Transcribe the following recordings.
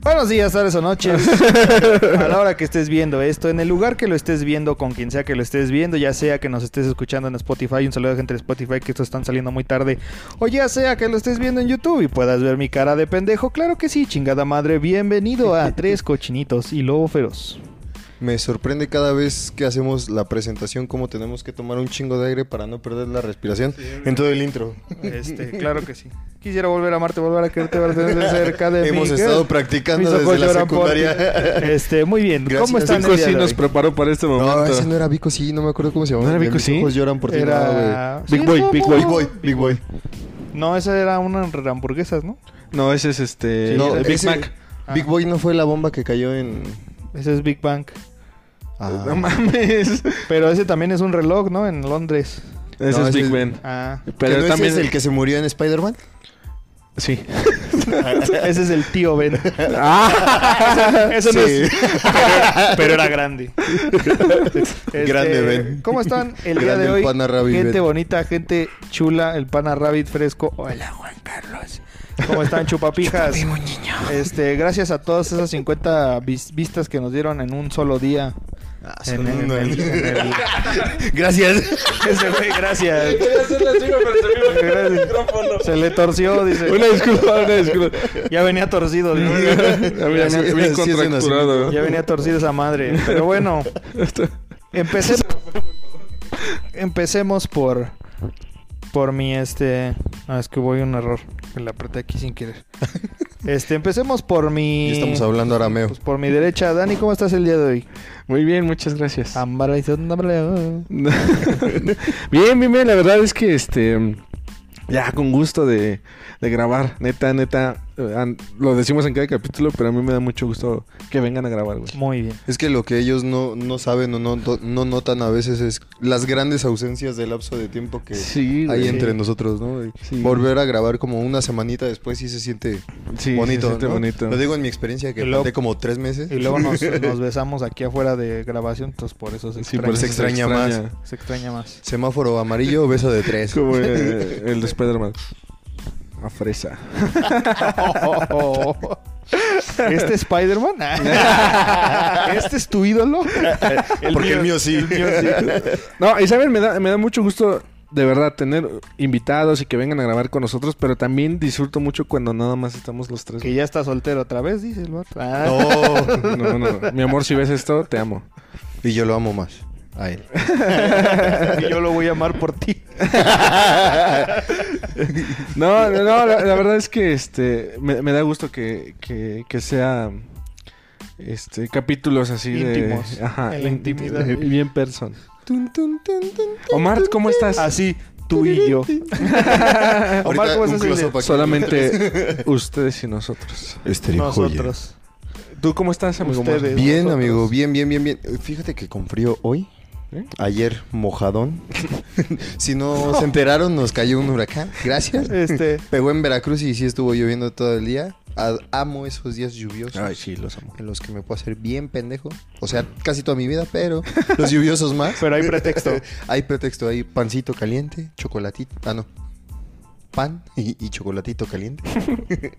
Buenos días, tardes o noches. A la hora que estés viendo esto, en el lugar que lo estés viendo, con quien sea que lo estés viendo, ya sea que nos estés escuchando en Spotify, un saludo a la gente de Spotify que estos están saliendo muy tarde, o ya sea que lo estés viendo en YouTube y puedas ver mi cara de pendejo, claro que sí, chingada madre, bienvenido a Tres Cochinitos y Lobo Feroz. Me sorprende cada vez que hacemos la presentación cómo tenemos que tomar un chingo de aire para no perder la respiración en todo el intro. Este, claro que sí. Quisiera volver a amarte, volver a quererte, Pues volver a tener cerca de mí. Hemos ¿Qué? estado practicando Mis ojos desde la lloran por ti. secundaria. Este, muy bien. ¿Cómo Gracias. están? el Vico día sí de nos hoy? preparó para este momento. No, ese no era Vico, sí, no me acuerdo cómo se llamaba. ¿No era Vico, Mis sí? ojos lloran por ti, Era- no, Big Sí, Boy, ¿cómo? Big güey. Big Boy, Big Boy. No, esa era una entre hamburguesas, ¿no? No, ese es este. Sí, no, No, Big ese- Mac. Ah. Big Boy no fue la bomba que cayó en... Ese es Big Bang. Ah. No mames. Pero ese también es un reloj, ¿no? En Londres. Ese No, es ese Big es- Ben. Ah. Pero ¿Que no también. ese es el que se murió en Spider-Man? Sí. Ese es el tío Ben. Ah. Eso no Sí. es. Pero, pero era grande. Este, Grande Ben. ¿Cómo están el día Grande de el hoy? pana Rabbit gente Ben. bonita, gente chula, el pana Rabbit fresco. Hola, Juan Carlos. ¿Cómo están, chupapijas? Este, gracias a todas esas 50 vis- vistas que nos dieron en un solo día. En- en- en- en- en- Ah, Gracias. Ese güey, gracias. Se le torció, dice. Una disculpa, una disculpa. Ya venía torcido, digo. Ya venía- Así- ya así venía es de contracturado. Ya venía torcido esa madre. Pero bueno, empecé. Empecemos por. Por mi este. Ah, es que voy a un error. que La apreté aquí sin querer. Este, empecemos por mi. Y estamos hablando arameo. Pues por mi derecha. Dani, ¿cómo estás el día de hoy? Muy bien, muchas gracias. Ambaraizondabreo. bien, bien, bien. La verdad es que este. Ya, con gusto de, de grabar. Neta, neta. eh, an- Lo decimos en cada capítulo, pero a mí me da mucho gusto que vengan a grabar, güey. Muy bien. Es que lo que ellos no, no saben o no, no notan a veces es las grandes ausencias del lapso de tiempo que Sí, hay güey. entre nosotros, ¿no? Y Sí. Volver a grabar como una semanita después sí se siente Sí, bonito. se siente ¿no? bonito. Lo digo en mi experiencia que Y luego- falté como tres meses. Y luego nos, nos besamos aquí afuera de grabación, entonces por eso se Sí, extraña, por eso se extraña más. se extraña más. Semáforo amarillo, beso de tres. Como eh, el de Spider-Man. A fresa. ¿Este es Spider-Man? ¿Este es tu ídolo? Porque el mío sí. El mío sí. No, y saben, me da, me da mucho gusto de verdad tener invitados y que vengan a grabar con nosotros, pero también disfruto mucho cuando nada más estamos los tres. Que ya está soltero otra vez, dice el vato. Ah. No. No, no, no. Mi amor, si ves esto, te amo. Y yo lo amo más. A él. Y yo lo voy a amar por ti. No, no, no, la, la verdad es que este me, me da gusto que, que, que sea este capítulos así Íntimos, de ajá, en la in- intimidad. y bien person. Omar, ¿cómo estás? Así, tú y yo. Omar, Ahorita ¿cómo un estás? close-up Celia? aquí. Solamente ustedes y nosotros. Nosotros. ¿Tú cómo estás, amigo? Omar? Ustedes. Este, Bien, Nosotros. amigo, bien, bien, bien, bien. Fíjate que con frío hoy, ¿Eh? ayer mojadón. si no se enteraron, nos cayó un huracán. Gracias. Este, Pegó en Veracruz y sí estuvo lloviendo todo el día. A- amo esos días lluviosos. Ay, sí, los amo. En los que me puedo hacer bien pendejo. O sea, casi toda mi vida, pero los lluviosos más. Pero hay pretexto. hay pretexto. Hay pancito caliente, chocolatito. Ah, no. Pan y, y chocolatito caliente.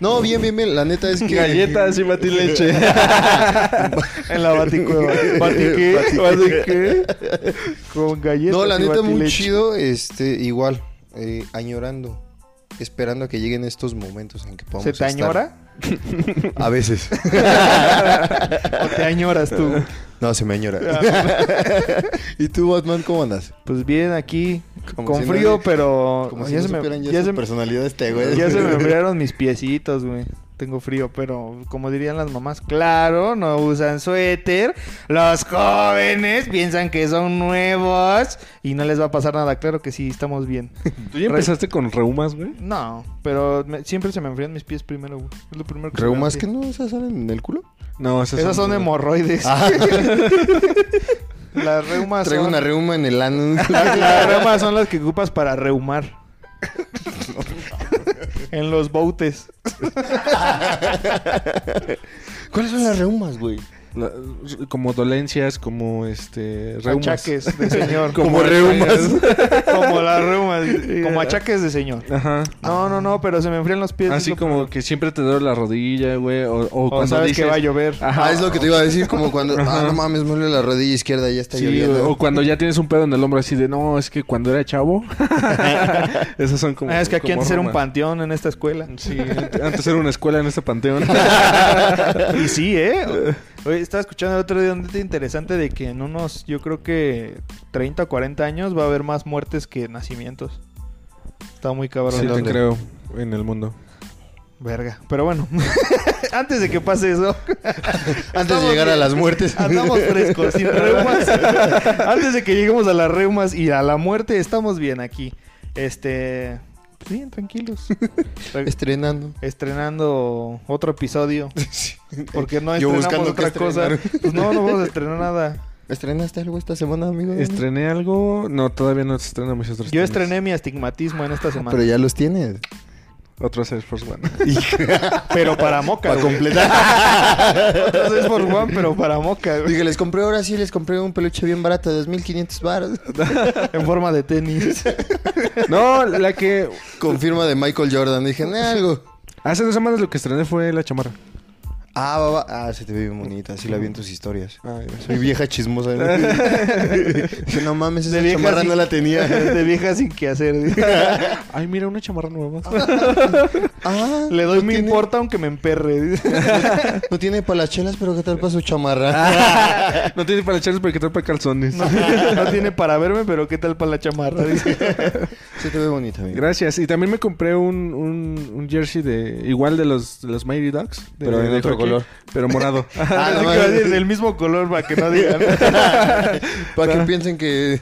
no, bien, bien, bien. La neta es que. Galletas y batileche. en la baticueva. Batiqué, batiqué. Con galletas. No, la y neta, muy batileche. chido. Este, igual, eh, añorando. Esperando a que lleguen estos momentos en que podamos ¿Se te estar. añora? A veces. ¿O te añoras tú? No, se me Ah, añora. ¿Y tú, Batman, cómo andas? Pues bien, aquí Como con si frío, nadie- pero Como Oh, ya, si se no me, supieran ya, ya su se me- personalidad este, güey. ya se me enfriaron mis piecitos, güey. Tengo frío, pero como dirían las mamás, claro, no usan suéter. Los jóvenes piensan que son nuevos y no les va a pasar nada. Claro que sí, estamos bien. ¿Tú ya empezaste con reumas, güey? No, pero me- siempre se me enfrían mis pies primero, güey. Es lo primero que se me ¿Reumas que enfría. no se salen en el culo? No, esas, Esas son hemorroides. las reumas Ah. Traigo son... una reuma en el ano. Las, Ah, las ramas son las que ocupas para reumar. en los boutes. ¿Cuáles son las reumas, güey? la- como dolencias, como este reumas. Achaques de señor. Como reumas. como las reumas. Como achaques de señor. Ajá. No, no, no, pero se me enfrían los pies. Así digo, como que siempre te duele la rodilla, güey. O, o O cuando sabes dices, que va a llover. Ajá. Ah, es lo que te iba a decir, como cuando. Ah, no mames, me duele la rodilla izquierda, ya está Sí, lloviendo. o o cuando ya tienes un pedo en el hombro así de no, es que cuando era chavo. Esas son como. Ah, es que aquí como antes era un rumas. panteón en esta escuela. Sí, ant- antes era una escuela en este panteón. y sí, ¿eh? Oye, estaba escuchando el otro día un dato interesante de que en unos, yo creo que 30 o 40 años va a haber más muertes que nacimientos. Está muy cabrón. sí, te ¿Dónde? creo. En el mundo. Verga. Pero bueno, antes de que pase eso, Antes de llegar a las muertes. andamos frescos, sin reumas. antes de que lleguemos a las reumas y a la muerte, estamos bien aquí. Este. Bien, tranquilos. Re- Estrenando. Estrenando otro episodio. Porque no Yo estrenamos buscando otra qué cosa. estrenar. Pues no, no vamos a estrenar nada. ¿Estrenaste algo esta semana, amigo? ¿Estrené algo? No, todavía no se estrena muchos otros Yo temas. estrené mi astigmatismo en esta semana. Pero Pero, ya los tienes. Otro Salesforce One. para moca. Para güey. completar. Otro es por Juan, pero para moca. güey. Dije, les compré ahora sí, les compré un peluche bien barato, 2.500 baros. En forma de tenis. no, la que. Con firma de Michael Jordan. Dije, "Nah, algo. Hace dos semanas lo que estrené fue la chamarra. Ah, va, va. Ah, se te ve bien bonita. Sí la vi en tus historias. Ay, Soy vieja chismosa. ¿no? Dije, no mames, esa chamarra sin- no la tenía. De vieja sin que hacer. Ay, mira, una chamarra nueva. Ah, Le doy no mi tiene- importa aunque Pues me emperre. No tiene para las chelas, pero ¿qué tal para su chamarra? no tiene para echarles, pero que trae para calzones. No, no tiene para verme, pero qué tal para la chamarra. Se te ve bonita, amigo. Gracias. Y también me compré un, un, un jersey de igual de los, de los Mighty Ducks. de- Pero en de otro color. Pero morado. Ah, Así no que mames. va a decir, del mismo color para que no digan. Para que piensen que...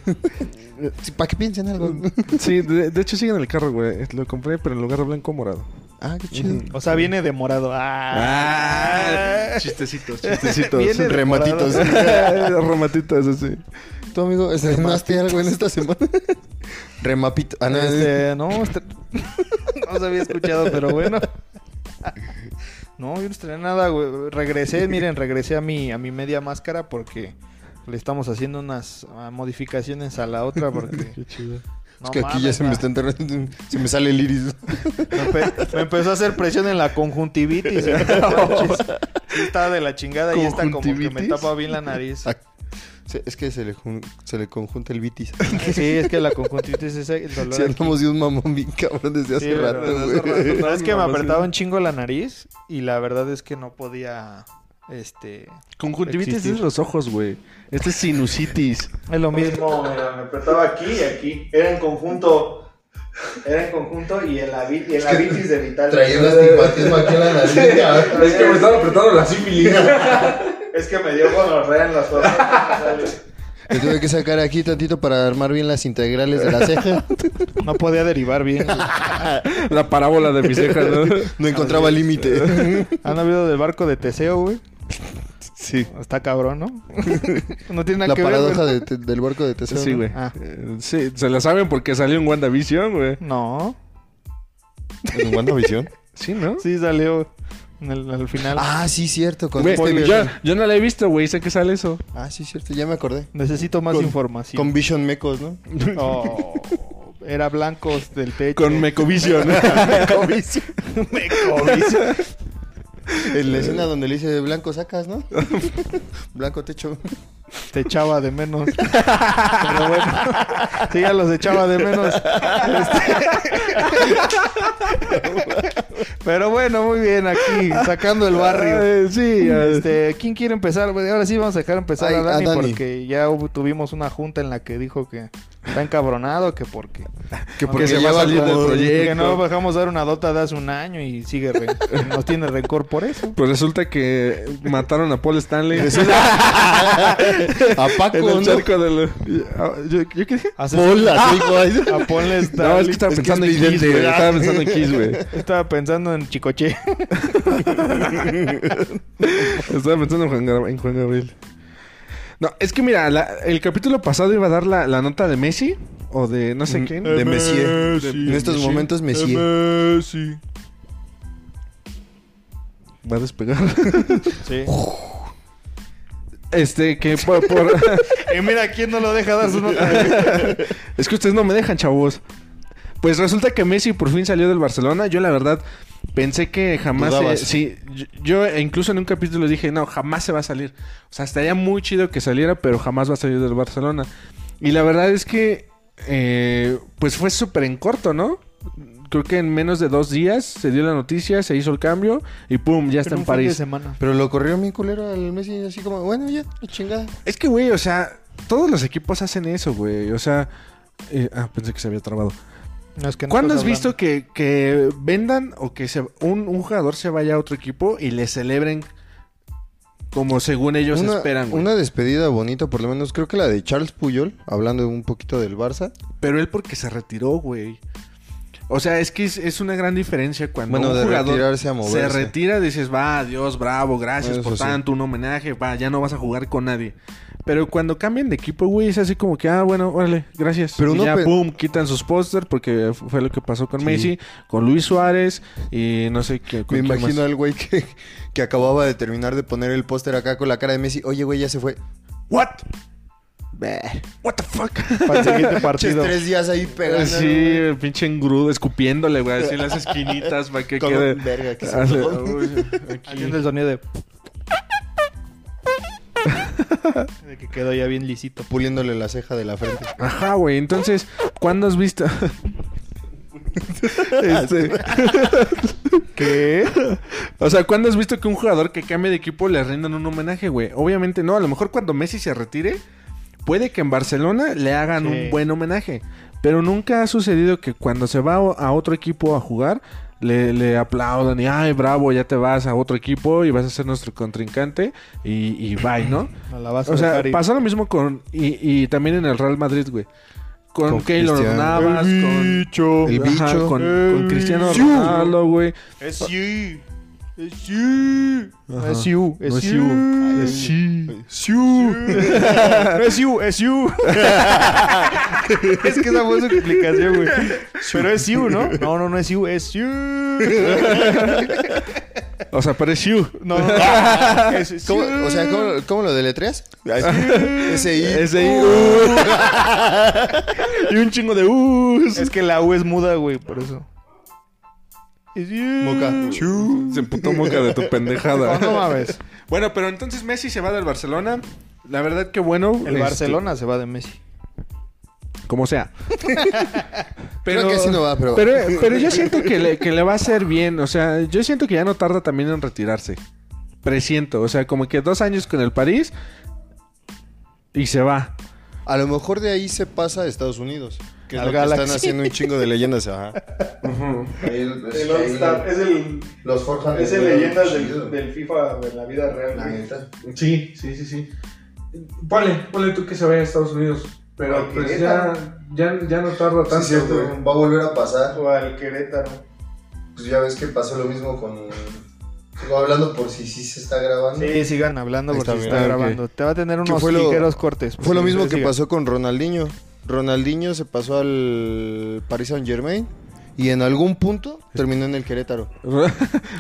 Para que piensen algo. sí, de, de hecho sigue en el carro, güey. Lo compré, pero en lugar de blanco, morado. Ah, qué chido. O sea, viene de morado. Ah. chistecitos, Viene de rematitos. morado. Romatitas, así. ¿Tú, amigo, estrenaste algo en esta semana? Remapito. Ah, no, Este, no, este- no se había escuchado, pero bueno. No, yo no estrené nada, güey. Regresé, miren, regresé a mi, a mi media máscara porque le estamos haciendo unas ah, modificaciones a la otra porque... Qué chido. no es que aquí ya mames, se me la- está enterrando. Se me sale el iris. Me, empe- me empezó a hacer presión en la conjuntivitis. ¿eh? No manches. Sí está de la chingada y está como que me ¿Conjuntivitis? tapa bien la nariz. Ah, se- Es que se le, jun- se le conjunta el vitis. Sí, es que la conjuntivitis es el dolor. Si aquí. andamos de un mamón bien cabrón desde hace Sí, pero- rato, desde hace güey. rato. No, es que me No, no, apretaba sí. un chingo la nariz y la verdad es que no podía, este... Conjuntivitis Existir. es los ojos, güey. Este es sinusitis. Es lo mismo, mira, me apretaba aquí y aquí. Era en conjunto. Era en conjunto y en la, vi- y en la vitis de vital. astigmatismo aquí en la nariz. cabrón. Es que me estaba apretando la sífilis. Es que me dio gonorrea en los ojos. Me tuve que sacar aquí tantito para armar bien las integrales de la ceja. No podía derivar bien. La parábola de mis cejas, ¿no? No encontraba Ah, límite. ¿Han habido del barco de Teseo, güey? Sí. Está cabrón, ¿no? No tiene nada La que ver. paradoja güey. de te- del barco de Teseo. Sí, ¿no? güey. Ah. Eh, Sí, se la saben porque salió en WandaVision, güey. No. ¿En WandaVision? Sí, ¿no? Sí, salió en el- al final. Ah, sí, cierto. Con Güey, pues este- yo, yo no la he visto, güey. Sé que sale eso. Ah, sí, cierto. Ya me acordé. Necesito más Con- información. Con Vision Mecos, ¿no? Oh, era blancos del techo. Con Mecovision. Mecovision. Mecovision. Eh. En la escena donde le dice blanco sacas, ¿no? blanco techo. Te echaba de menos. Pero bueno, sí, ya los echaba de menos. Este- Pero bueno, muy bien, aquí, sacando el barrio. Eh, sí, eh, Este, ¿Quién quiere empezar? Bueno, Ahora sí vamos a dejar empezar Ay, a, a Dani Dani. porque ya hubo- tuvimos una junta en la que dijo que está encabronado, que porque, Que porque se va a salir del proyecto. que no bajamos dar una dota de hace un año y sigue re- nos tiene rencor por eso. Pues resulta que mataron a Paul Stanley. A Paco, en el ¿no? charco del. Yo, yo qué dije? Haces- Bola, dijo ahí. a ponle No, es Stanley. que estaba Es que pensando es en Kiss, vidente, güey. ¿verdad? Estaba pensando en Kiss, güey. Estaba pensando en Chicoche. Estaba pensando en Juan, Gab- en Juan Gabriel. No, es que mira, la- el capítulo pasado iba a dar la, la nota de Messi o de no sé quién. De Messier. Eh, Messi. eh, En estos momentos, eh. Messier. Va a despegar. Sí. Este, que por- por- Y mira, ¿quién no lo deja dar su nota? es que ustedes no me dejan, chavos. Pues resulta que Messi por fin salió del Barcelona. Yo la verdad pensé que jamás... se- Dudabas. sí, yo, yo incluso en un capítulo dije, no, jamás se va a salir. O sea, estaría muy chido que saliera, pero jamás va a salir del Barcelona. Y la verdad es que, eh, pues fue súper en corto, ¿no? Creo que en menos de dos días se dio la noticia, se hizo el cambio y ¡pum! Ya está en París. semana. Pero lo corrió mi culero al Messi así como, bueno, ya, la chingada. Es que, güey, o sea, todos los equipos hacen eso, güey. O sea, eh, ah, pensé que se había trabado. No, es que no ¿Cuándo estás has visto hablando. que, que vendan o que se, un, un jugador se vaya a otro equipo y le celebren como según ellos una, esperan, güey? una despedida bonita, por lo menos creo que la de Charles Puyol, hablando un poquito del Barça. Pero él porque se retiró, güey. O sea, es que es, es una gran diferencia cuando Bueno, un de jugador retirarse a moverse. se retira, dices, va, adiós, bravo, gracias Eso por sí. tanto, un homenaje, va, ya no vas a jugar con nadie. Pero cuando cambian de equipo, güey, es así como que, ah, bueno, órale, gracias. Pero y uno ya, pe- pum, quitan sus pósters porque f- fue lo que pasó con Sí. Messi, con Luis Suárez y no sé qué. Me con quién más. imagino al güey que, que acababa de terminar de poner el póster acá con la cara de Messi. Oye, güey, ya se fue. What? Bah. What the fuck? Para el siguiente Pinches partido. tres días ahí pegando. Sí, el pinche engrudo, escupiéndole, güey, así en las esquinitas para que Todo quede. verga que se Ah, fue. uy, aquí. Haciendo el sonido de... de que quedó ya bien lisito. Puliéndole la ceja de la frente. Ajá, güey. Entonces, ¿cuándo has visto? Este, ¿Qué? o sea, ¿cuándo has visto que un jugador que cambie de equipo le rindan un homenaje, güey? Obviamente no. A lo mejor cuando Messi se retire, puede que en Barcelona le hagan Sí. un buen homenaje. Pero nunca ha sucedido que cuando se va o- a otro equipo a jugar, le, le aplaudan y, ay, bravo, ya te vas a otro equipo y vas a ser nuestro contrincante y, y bye, ¿no? No la vas a O sea, dejar ir. pasó lo mismo con. Y, y también en el Real Madrid, güey. Con, Con Keylor Cristiano. Navas, con. bicho. El Ajá, bicho. con, El con Cristiano bicho. Ronaldo, güey. Es you. Es you. No es you. No Es es you. you. Ay, Es es you. Es you. No es you. Es you. Es que esa fue su explicación, güey. Pero es you, ¿no? No, no, no es you. Es you. O sea, pareció. No, no, no. Es ¿Cómo- you. o sea, ¿cómo, cómo lo deletreas? Ese I. Ese y un chingo de us. Es que la U es muda, güey, por eso. Es you. Moca. Se emputó moca de tu pendejada. No, no mames. Bueno, pero entonces Messi se va del Barcelona. La verdad que bueno. El este, Barcelona se va de Messi. Como sea. Creo que así no va, pero... Pero, pero yo siento que le, que le va a hacer bien. O sea, yo siento que ya no tarda también en retirarse. Presiento. O sea, como que dos años con el París y se va. A lo mejor de ahí se pasa a Estados Unidos. Que es Al lo que Galaxy. están haciendo un chingo de leyendas. Ajá. Es el. Los forjan. Es el leyendas del, del FIFA de la vida real. güey. Sí, sí, sí, sí. Ponle, ponle tú que se vaya a Estados Unidos. Pero, pues, ya- ya, no tarda va a volver a pasar. O al Querétaro. Pues ya ves que pasó lo mismo con... Digo, hablando por si sí se está grabando. Sí, sigan hablando Ahí porque está, está, mira, Ah, ok. grabando. Te va a tener unos fue lo- ligeros cortes. Fue lo Sí, mismo sí, que siga. pasó con Ronaldinho. Ronaldinho se pasó al Paris Saint Germain y en algún punto terminó en el Querétaro.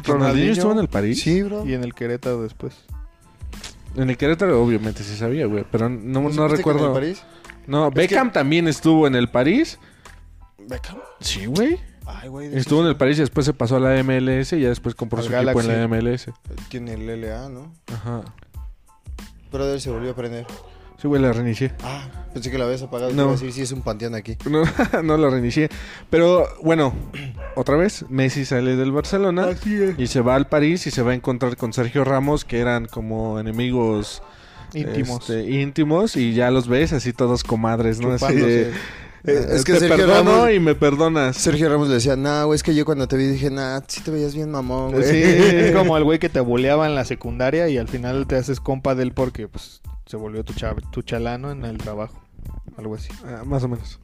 Ronaldinho estuvo en el París. Sí, bro. Y en el Querétaro después. En el Querétaro, obviamente, sí sabía, güey. Pero no, no ¿Supiste que en el recuerdo. París? No, Beckham también estuvo en el París. Beckham. Sí, güey. Ay, güey. de- Estuvo en el París y después se pasó a la MLS y ya después compró Al su Galaxy. equipo en la MLS. Tiene el LA, ¿no? Ajá. Brother se volvió a prender. Sí, güey, la reinicié. Ah, pensé que la habías apagado. No. No. Iba a decir, sí, es un panteón aquí. No, no la reinicié. Pero bueno, otra vez, Messi sale del Barcelona y se va al París y se va a encontrar con Sergio Ramos, que eran como enemigos Íntimos. este, íntimos y ya los ves así todos comadres, ¿no? Así de, Chupándose. Eh, es que te Sergio perdono Ramos- y me perdonas. Sergio Ramos le decía, nah, güey, es que yo cuando te vi dije, nah, sí te veías bien mamón, güey. Sí. Pues Es como el güey que te boleaba en la secundaria y al final te haces compa de él porque pues, se volvió tu, chav- tu chalano en el trabajo. Algo así. Ah, más o menos.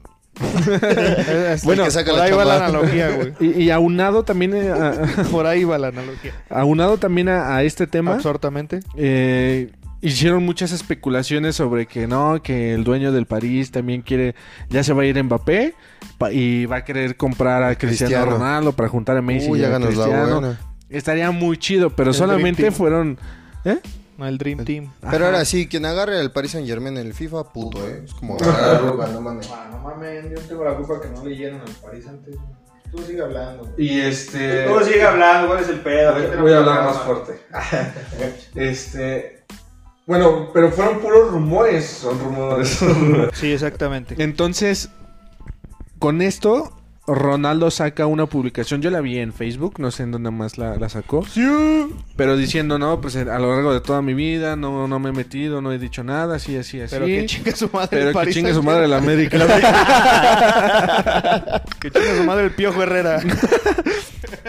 Bueno, que saca por la ahí va la chamba. analogía, güey. Y, y aunado también, eh, a- Por ahí va la analogía. aunado también a, a este tema. Absortamente. Eh, hicieron muchas especulaciones sobre que no, que el dueño del París también quiere, ya se va a ir Mbappé pa- y va a querer comprar a Cristiano, Cristiano. Ronaldo para juntar a Messi Uy, y a háganos la Cristiano. buena. Estaría muy chido, pero El solamente Dream Team. fueron ¿eh? No, el Dream Team. Pero ahora sí, quien agarre al Paris Saint Germain en el FIFA, puto, ¿eh? Es como no mames. Ah, no mames, yo tengo la culpa que no leyeron al París antes. Tú sigue hablando. güey. Y Eh, este. Tú sigue hablando, ¿cuál es el pedo? Voy, ¿Qué voy a tenemos hablar acá, más man? fuerte. este. Bueno, pero fueron puros rumores. Son rumores. Sí, exactamente. Entonces, con esto, Ronaldo saca una publicación. Yo la vi en Facebook, no sé en dónde más la, la sacó. Pero diciendo, no, pues a lo largo de toda mi vida no, no me he metido, no he dicho nada, así, así, así. Pero que chinga su madre el Pero que Paris chingue su Saint-Germain. madre la América. Que chinga su madre el Piojo Herrera.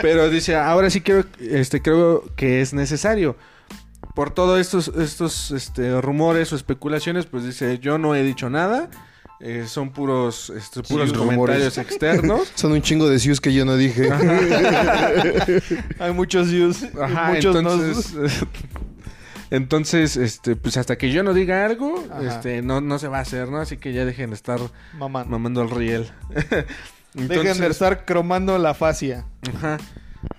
Pero dice, ahora sí creo, este, creo que es necesario. Por todos estos, estos este, rumores o especulaciones, pues dice, yo no he dicho nada. eh, son puros, este, Sí, puros rumores. comentarios externos. Son un chingo de sius que yo no dije. Hay muchos views. Ajá, muchos entonces... Entonces, este, pues hasta que yo no diga algo, Ajá. este, no, no se va a hacer, ¿no? Así que ya dejen de estar nos. Mamá. mamando el riel. Dejen de estar cromando la fascia. Ajá.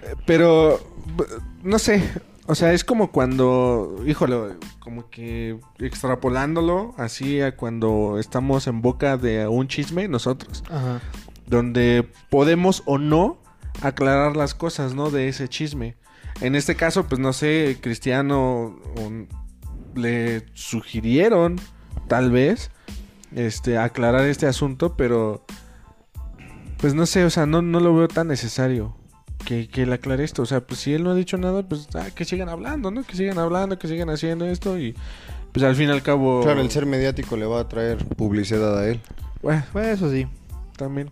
Eh, Pero, b- no sé. O sea, es como cuando, híjole, como que extrapolándolo así a cuando estamos en boca de un chisme nosotros, Ajá. donde podemos o no aclarar las cosas, ¿no? De ese chisme. En este caso, pues no sé, Cristiano um, le sugirieron, tal vez, este, aclarar este asunto, pero pues no sé, o sea, no, no lo veo tan necesario que, que él aclare esto. O sea, pues si él no ha dicho nada, pues ah, que sigan hablando, ¿no? Que sigan hablando, que sigan haciendo esto y pues al fin y al cabo... Claro, el ser mediático le va a traer publicidad a él. Bueno, Pues eso sí. también.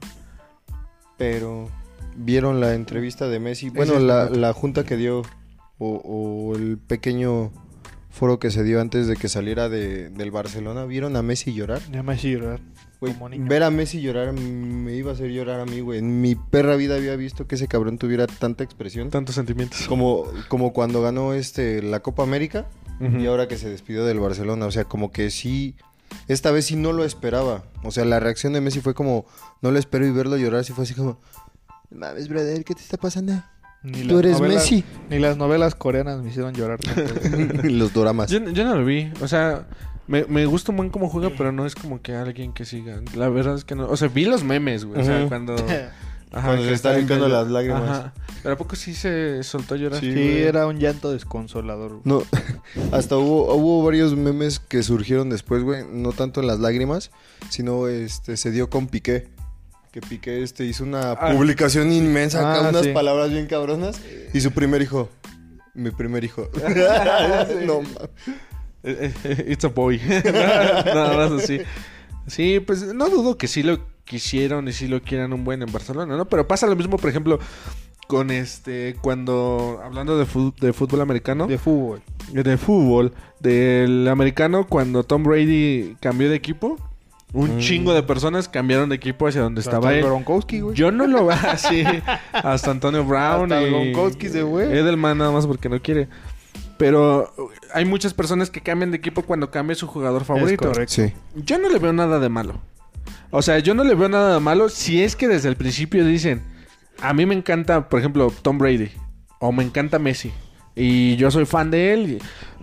Pero vieron la entrevista de Messi. Ese Bueno, es la, otro. la junta que dio o, o el pequeño foro que se dio antes de que saliera de, del Barcelona, vieron a Messi llorar. Ya me hice llorar. Güey, Como niño. ver a Messi llorar me iba a hacer llorar a mí, güey. En mi perra vida había visto que ese cabrón tuviera tanta expresión. Tantos sentimientos. Como, como cuando ganó este la Copa América Ujú. y ahora que se despidió del Barcelona. O sea, como que sí. Esta vez sí no lo esperaba. O sea, la reacción de Messi fue como, no lo espero y verlo llorar. Sí fue así como, mames, brother, ¿qué te está pasando? Ni Tú las eres novelas- Messi. Ni las novelas coreanas me hicieron llorar. tanto. Los doramas. Yo, yo no lo vi. O sea, me, me gusta un buen cómo juega, pero no es como que alguien que siga. La verdad es que no. O sea, vi los memes, güey. O sea, Ujú. cuando. Cuando se está que estaba limpiando cayendo. las lágrimas. Pero ¿a poco sí se soltó a llorar? Sí, güey. era un llanto desconsolador. güey. No, hasta hubo, hubo varios memes que surgieron después, güey. No tanto en las lágrimas, sino este se dio con Piqué. Que Piqué este, hizo una Ah. publicación inmensa, acá, Ah, unas sí. palabras bien cabronas. Y su primer hijo, mi primer hijo. no, ma- Eh, eh, It's a boy. Nada más así. Sí, pues no dudo que sí lo quisieron y sí lo quieran un buen en Barcelona, ¿no? Pero pasa lo mismo, por ejemplo, con este. Cuando. Hablando de, fu- de fútbol americano. De fútbol. de fútbol del americano cuando Tom Brady cambió de equipo. Un chingo de personas cambiaron de equipo hacia donde estaba Mm. Hasta él. Gronkowski, güey. Yo no lo veo así. Hasta Antonio Brown Hasta y Gronkowski se fue. Edelman nada más porque no quiere. Pero uh, hay muchas personas que cambian de equipo cuando cambia su jugador favorito. correcto. Sí. Yo no le veo nada de malo. O sea, yo no le veo nada de malo si es que desde el principio dicen, a mí me encanta, por ejemplo, Tom Brady o me encanta Messi y yo soy fan de él. y-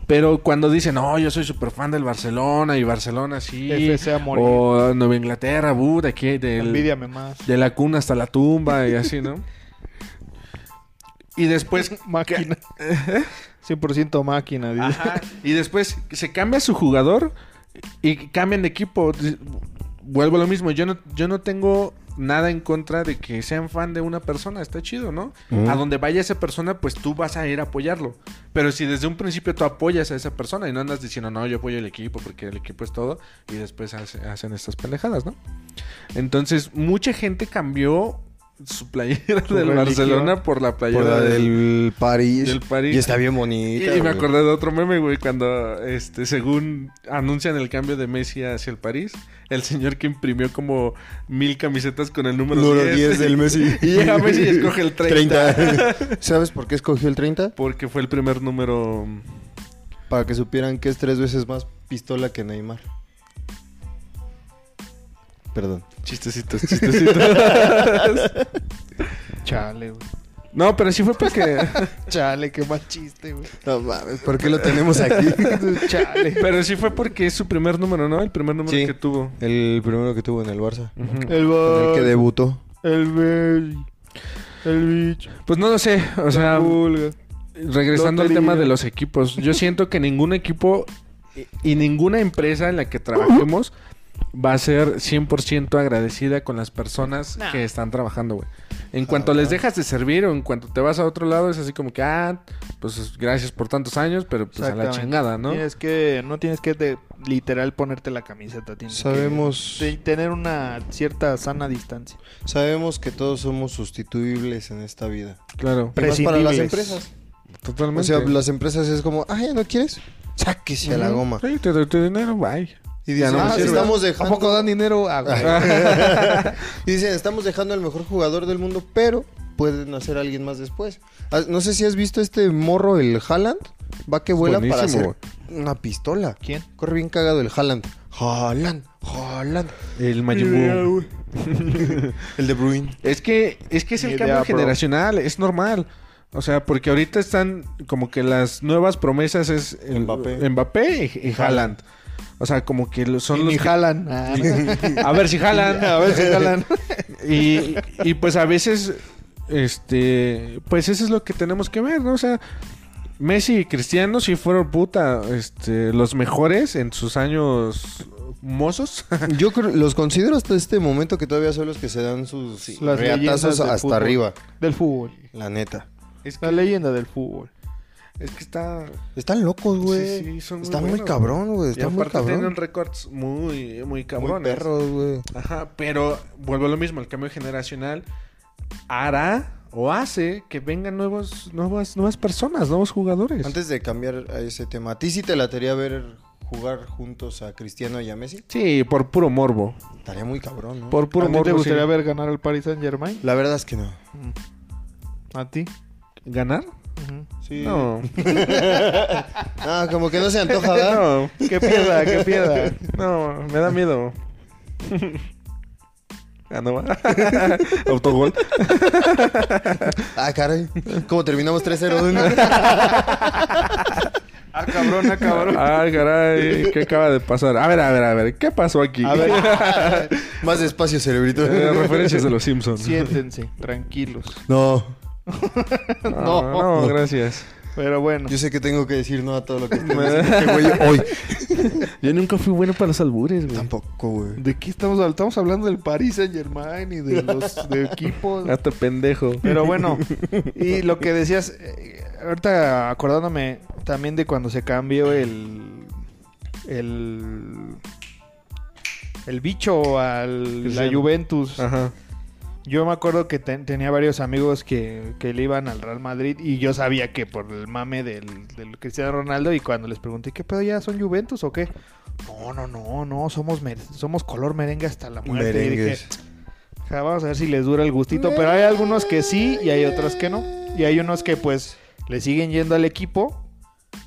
Pero cuando dicen, no, yo soy súper fan del Barcelona y Barcelona sí. FC a morir. O Nueva Inglaterra, uh, de aquí, del, Envidiame más. de la cuna hasta la tumba y así, ¿no? y después 100% máquina, dice. Ajá. Y después se cambia su jugador y cambian de equipo. Vuelvo a lo mismo. Yo no, yo no tengo nada en contra de que sean fan de una persona. Está chido, ¿no? Mm. A donde vaya esa persona, pues tú vas a ir a apoyarlo. Pero si desde un principio tú apoyas a esa persona y no andas diciendo, no, yo apoyo el equipo porque el equipo es todo. Y después hace- hacen estas pendejadas, ¿no? Entonces, mucha gente cambió su playera Su del religión. Barcelona por la playera Por la del- del París. del París. Y está bien y, bonita. y me güey. acordé de otro meme, güey, cuando, este, según anuncian el cambio de Messi hacia el París, el señor que imprimió como mil camisetas con el número, Número 10, 10 del Messi. Y llega Messi y escoge el 30. 30. ¿Sabes por qué escogió el 30? Porque fue el primer número... mm, Para que supieran que es tres veces más pistola que Neymar. Perdón. Chistecitos, chistecitos. Chale, güey. No, pero sí fue porque. Chale, qué mal chiste, güey. No mames, ¿por qué lo tenemos aquí? Chale. pero sí fue porque es su primer número, ¿no? El primer número Sí. Eh, que tuvo. El primero que tuvo en el Barça. Ujú. El Con el bar, que debutó. el bel, el bicho, Pues no lo sé. O la sea, uh, pulga. regresando al Lotería. tema de los equipos. Yo siento que ningún equipo y- y ninguna empresa en la que trabajemos va a ser 100% agradecida con las personas Nah. que están trabajando, güey. Ah, En cuanto les dejas de servir o en cuanto te vas a otro lado, es así como que, ah, pues gracias por tantos años, pero pues a la Exactamente. chingada, ¿no? Tienes que, no tienes que de- literal ponerte la camiseta. Tienes que Sabemos, te- tener una cierta sana distancia. sabemos que todos somos sustituibles en esta vida. Claro, Y más para las Prescindibles. empresas. O totalmente. sea, las empresas es como, ah, ya no quieres. Sáquese a la Ujú. goma. Sí, te doy tu dinero, bye. Y dicen, no me "Ah, pues, sirve". estamos ¿A dejando. poco dan dinero? Ah, güey. Y dicen, estamos dejando al mejor jugador del mundo, pero pueden hacer a alguien más después. Ah, No sé si has visto este morro, el Haaland. Va que vuela para Buenísimo, hacer una pistola. ¿Quién? Corre bien cagado el Haaland. Haaland, Haaland. El Majin Buu. El de Bruin. Es que, es que es el Ni cambio idea, bro. generacional, es normal. O sea, porque ahorita están como que las nuevas promesas es el- Mbappé. Mbappé y, y Haaland. O sea, como que lo- son Y los... ni que- jalan. Ah, A ver si jalan. A ver si jalan. Y, y pues a veces, este, pues eso es lo que tenemos que ver, ¿no? O sea, Messi y Cristiano sí fueron puta, este, los mejores en sus años mozos. Yo creo- los considero hasta este momento que todavía son los que se dan sus Las leyendas reatazos del hasta fútbol. arriba. Del fútbol. La neta. es, La que, leyenda del fútbol. es que está... Están locos, güey. Sí, sí, son muy Están muy buenos. cabrón, güey. Y Están muy aparte cabrón. tienen récords muy, muy Muy cabrones. perros, güey. Ajá, pero vuelvo a lo mismo, el cambio generacional hará o hace que vengan nuevos, nuevas, nuevas personas, nuevos jugadores. Antes de cambiar a ese tema, ¿a ti sí te latería ver jugar juntos a Cristiano y a Messi? Sí, por puro morbo. Estaría muy cabrón, ¿no? Por ¿A puro ti te morbo. sí. gustaría ver ganar al Paris Saint Germain? La verdad es que no. ¿A ti? ¿Ganar? Ujú. Sí. No. No. como que no se antoja, ¿verdad? No, Que pierda, que pierda. no, me da miedo. Ah, no va. Autogol. Ah, caray. Como terminamos 3-0. Ah, cabrón, ah, cabrón. Ah, caray. ¿Qué acaba de pasar? A ver, a ver, a ver. ¿Qué pasó aquí? A ver, Más despacio, cerebrito. Eh, referencias de los Simpsons. siéntense, tranquilos. No, Ah, No. no. gracias. Pero bueno. yo sé que tengo que decir no a todo lo que está diciendo este güey hoy. Yo nunca fui bueno para los albures, güey. Tampoco, güey. ¿De qué estamos hablando? Estamos hablando del Paris Saint Germain y de los de equipos. Hasta pendejo. Pero bueno, y lo que decías, eh, ahorita acordándome también de cuando se cambió el. el. el bicho al, la Cristiano. Juventus. Ajá. Yo me acuerdo que ten- tenía varios amigos que, que le iban al Real Madrid y yo sabía que por el mame del, del Cristiano Ronaldo y cuando les pregunté, ¿qué pedo ya son Juventus o qué? No, no, no, no, somos, mer- somos color merengue hasta la muerte. Y dije, Merengues. "Ja, vamos a ver si les dura el gustito, pero hay algunos que sí y hay otros que no. Y hay unos que pues le siguen yendo al equipo,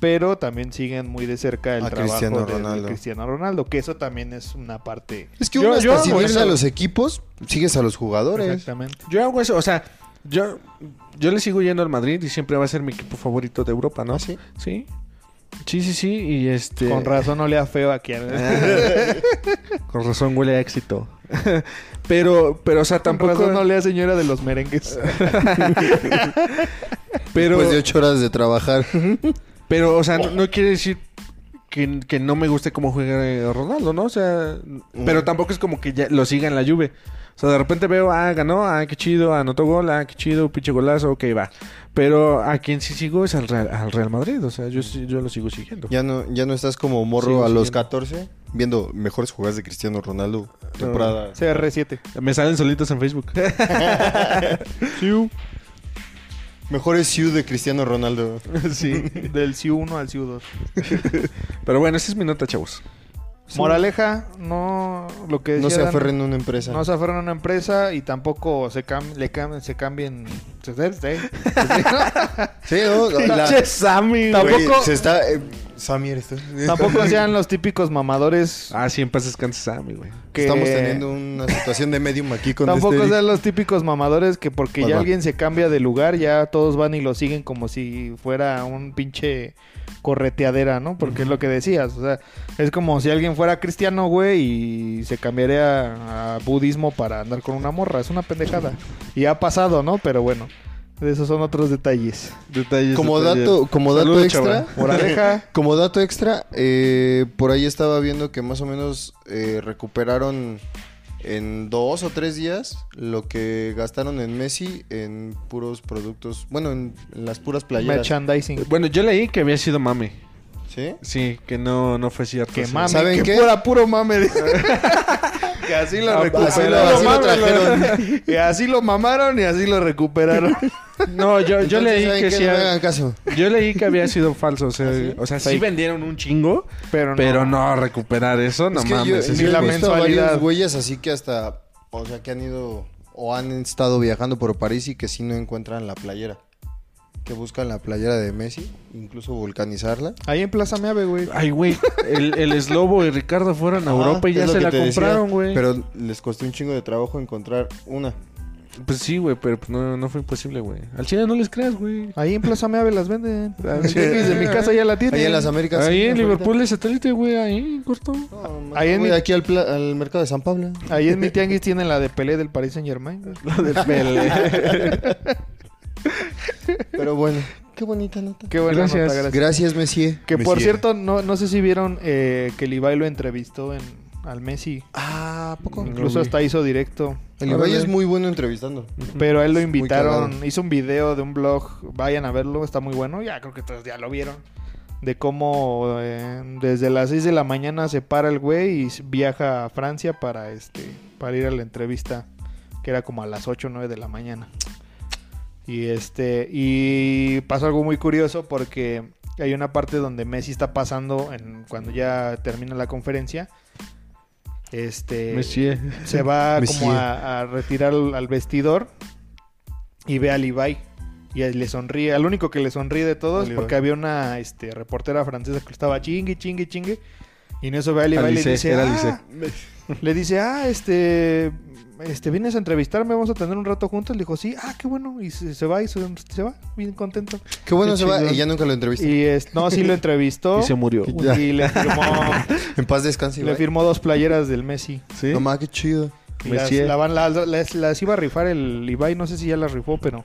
pero también siguen muy de cerca el A trabajo Cristiano de- de Ronaldo. Cristiano Ronaldo, que eso también es una parte... Es que Yo- uno yo- hasta sin por irle eso- a los equipos, sigues a los jugadores. Exactamente. Yo hago eso, o sea, yo, yo le sigo yendo al Madrid y siempre va a ser mi equipo favorito de Europa, ¿no? ¿Ah, sí? Sí. Sí, sí, sí, y este... Con razón olea feo aquí. Con razón huele a éxito. pero, pero, o sea, Tampoco tampoco... no lea señora de los merengues. pero, Después Pues, de ocho horas de trabajar. pero, o sea, no, no quiere decir que, que no me guste cómo juega eh, Ronaldo, ¿no? O sea, Mm. pero tampoco es como que ya lo siga en la Juve. O sea, de repente veo, ah, ganó, ah, qué chido, anotó gol, ah, qué chido, pinche golazo, ok, va. Pero a quien sí sigo es al Real, al Real Madrid, o sea, yo, sí- yo lo sigo siguiendo. Ya no, ya no estás como morro Sigo a los siguiendo. 14 viendo mejores jugadas de Cristiano Ronaldo. Temporada. CR7. Me salen solitos en Facebook. Mejores Sioux de Cristiano Ronaldo. Sí. Del Ciu 1 al Ciu 2. Pero bueno, esa es mi nota, chavos. Moraleja, no lo que No se decía Dan, aferren a una empresa. No se aferren a una empresa y tampoco se, cam- le cam- se cambien. se- se- se- Sí, ¿no? La- Sammy! Güey, Tampoco- se está, eh, Sammy eres tú. Tampoco sean los típicos mamadores Ah, sí, en paz descanses a mí, güey. que... Estamos teniendo una situación de medium aquí con Tampoco este... sean los típicos mamadores que porque Pues ya va. alguien se cambia de lugar, ya todos van y lo siguen como si fuera un pinche correteadera, ¿no? Porque es lo que decías, o sea, es como si alguien fuera cristiano, güey, y se cambiaría a, a budismo para andar con una morra, es una pendejada. Y ha pasado, ¿no? Pero bueno, esos son otros detalles. Detalles. Como detalles. dato, como dato Saludos, extra, chaval. Moraleja. como dato extra, eh, por ahí estaba viendo que más o menos eh, recuperaron en dos o tres días lo que gastaron en Messi en puros productos, bueno, en, en las puras playeras. Merchandising. Bueno, yo leí que había sido mame. ¿Sí? Sí, que no, no fue cierto. Que Sí. mame, ¿saben que qué? fuera puro mame. que así Ah, lo así recuperaron. lo- así lo trajeron. y así lo mamaron y así lo recuperaron. No, yo, yo Entonces, leí ¿saben que qué? sí. No me ha- hagan caso. Ah, Yo leí que había sido falso. O sea, o sea sí Fake. vendieron un chingo, Pero no. pero no recuperar eso, no Es que yo- mames. yo, es ni he la como- visto a mensualidad. varios güeyes así que hasta, o sea, que han ido o han estado viajando por París y que sí no encuentran la playera. Que buscan la playera de Messi, incluso vulcanizarla. Ahí en Plaza Meave, güey. Ay, güey, el, el Slobo y Ricardo fueron a Europa y Ajá, ya Ah, es lo se que la te decía, compraron, güey. Pero les costó un chingo de trabajo encontrar una. Pues sí, güey, pero pues, no, no fue imposible, güey. Al chile no les creas, güey. Ahí en Plaza Meave las venden. Ah, sí. Desde mi casa ya la tienen. Ahí en las Américas. Ahí sí, en ahorita. Liverpool es satélite, güey, ahí, corto. No, más Ahí en voy mi- aquí al, pla- al mercado de San Pablo. Ahí en mi tianguis tienen la de Pelé del Paris Saint Germain. güey. Lo de Pelé. Pero bueno, qué bonita nota. Qué buena Gracias. nota, gracias. Gracias, Messi. Que por Messi. cierto, no, no sé si vieron eh, que el Ibai lo entrevistó en, al Messi. Ah, ¿a poco. Incluso vi. hasta hizo directo. El Ibai es muy bueno entrevistando. Pero a él lo Es muy invitaron, cagado. hizo un video de un blog, vayan a verlo, está muy bueno, ya creo que todos ya lo vieron. De cómo eh, desde las 6 de la mañana se para el güey y s- viaja a Francia para este para ir a la entrevista, que era como a las 8 o 9 de la mañana. Y este y pasó algo muy curioso porque hay una parte donde Messi está pasando en, cuando ya termina la conferencia. Este Messi. se va Me como sigue. a, a retirar al, al vestidor y ve al Ibai. Y él le sonríe, al único que le sonríe de todos, Al Ibai. porque había una este, reportera francesa que lo estaba chingue, chingue, chingue. Y en eso ve al Ibai y Alice, le dice, era ah, le dice, ah, este, este, vienes a entrevistarme, vamos a tener un rato juntos. Le dijo, sí, ah, qué bueno. Y se, se va, y se, se va, bien contento. Qué bueno Qué se va chingón. y ya nunca lo entrevista. Y es- no, sí lo entrevistó. Y se murió. Ya. y le firmó, En paz descanse, le Ibai. firmó dos playeras del Messi. ¿Sí? No más, qué chido. Y Las, Messier. la van- las- las- las iba a rifar el Ibai, no sé si ya las rifó, pero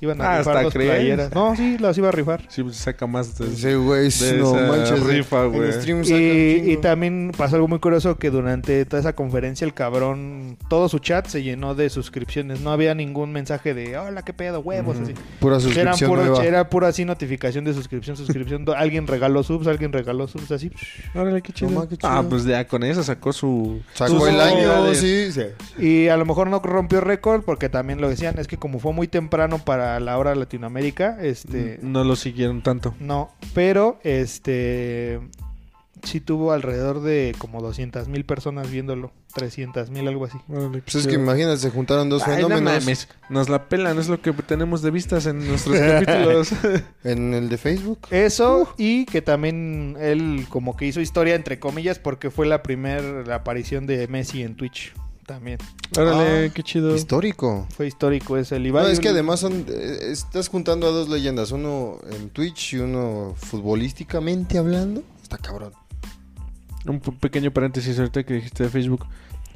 iban a Ah, rifar hasta dos crees. playeras. No, sí, las iba a rifar. Sí, pues saca más. de- Sí, güey, de no esa manches. eh. rifa, en güey. stream Y, saca un y chingo. también pasó algo muy curioso que durante toda esa conferencia el cabrón, todo su chat se llenó de suscripciones. No había ningún mensaje de hola, qué pedo, huevos, así. Pura Eran suscripción puro- nueva. era pura así notificación de suscripción, suscripción. Do- alguien regaló subs, alguien regaló subs, así. Órale, qué chido. No, ma, qué chido. Ah, pues ya con eso sacó su. Sacó sus el año, novedades. sí, sí. Y a lo mejor no rompió récord porque también lo decían, es que como fue muy temprano para la hora Latinoamérica, este... No lo siguieron tanto. No, pero este sí tuvo alrededor de como 200 mil personas viéndolo, 300 mil, algo así. Órale, qué Pues es chido. que imagínate, se juntaron dos Ay, no fenómenos. mames, Nos la pelan, es lo que tenemos de vistas en nuestros capítulos. en el de Facebook. Eso y que también él como que hizo historia entre comillas porque fue la primera aparición de Messi en Twitch también. Órale, Ah, qué chido. Histórico. Fue histórico ese el Ibai. No, es un- que además son, eh, estás juntando a dos leyendas, uno en Twitch y uno futbolísticamente hablando. Está cabrón. Un p- pequeño paréntesis ahorita que dijiste de Facebook.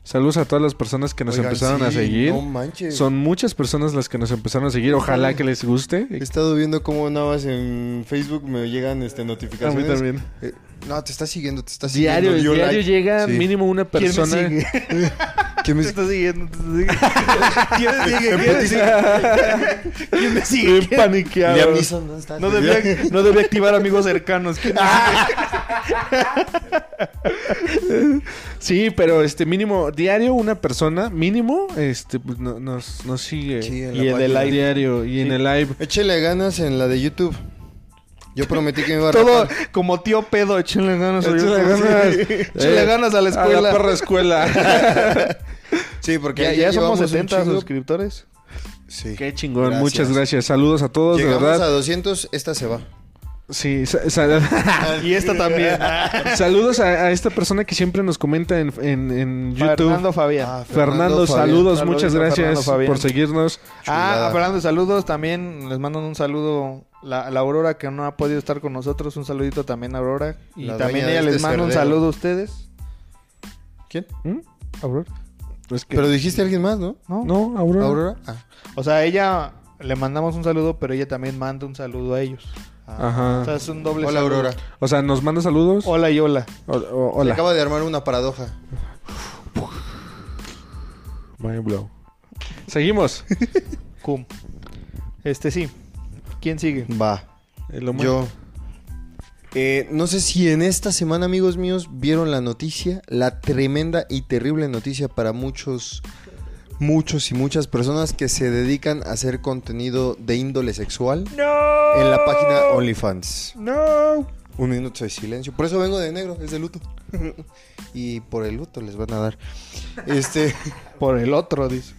Saludos a todas las personas que nos Oigan, empezaron a sí, seguir. No manches. Son muchas personas las que nos empezaron a seguir. Ojalá que les guste. He estado viendo cómo nada más en Facebook me llegan este, A mí notificaciones. también. Eh, no, te está siguiendo, te está siguiendo. Diario, dio diario like. llega Sí. mínimo una ¿Quién me persona. sigue? ¿Qué me- Te está siguiendo, te está siguiendo. ¿Quién me sigue? ¿Quién me sigue? Bien ¿Quién me sigue? paniqueado. Liam Neeson, ¿dónde estás? No debía, no debía activar amigos cercanos. ¿Quién me sigue? Sí, pero este mínimo diario una persona mínimo este pues, no- nos, nos sigue. Sí, en Y la el de página. like. diario y en el live. Échele ganas en la de YouTube. Yo prometí que me iba a Todo rapar. como tío pedo, échenle ganas. Échale ahorita. ganas. Échale Eh, ganas a la escuela. A la perra escuela. Sí, porque ya, ya somos llevamos un 70 chingo. suscriptores. Sí. Qué chingón, Gracias. muchas gracias. Saludos a todos, Llegamos de verdad. a 200, esta se va. Sí, sa- Ah, sa- Y esta también. saludos a, a esta persona que siempre nos comenta en, en- en YouTube. Fernando Fernando, Fabián. Ah, Fabián. saludos, Saludos muchas a Fernando gracias Fabián. por seguirnos. Ah, Chulada. hablando de saludos, también les mandan un saludo la, la Aurora que no ha podido estar con nosotros. Un saludito también a Aurora. Y La también dueña de ella este les manda un cerdero. saludo a ustedes. ¿Quién? ¿Mm? Aurora. Es que- Pero dijiste a alguien más, ¿no? ¿No? no, Aurora. ¿Aurora? Ah. O sea, ella le mandamos un saludo, pero ella también manda un saludo a ellos. O sea, Ajá. es un doble Ah. Hola, saludo. Aurora. O sea, nos manda saludos. Hola y hola. O- o- Se hola. acaba de armar una paradoja. Mind blow. Seguimos. Cum. Este sí. ¿Quién sigue? Va. El hombre- Yo. Eh, no sé si en esta semana, amigos míos, vieron la noticia, la tremenda y terrible noticia para muchos, muchos y muchas personas que se dedican a hacer contenido de índole sexual No. en la página OnlyFans. No. Un minuto de silencio. Por eso vengo de negro, es de luto. y por el luto les van a dar. Este. Por el otro, dice.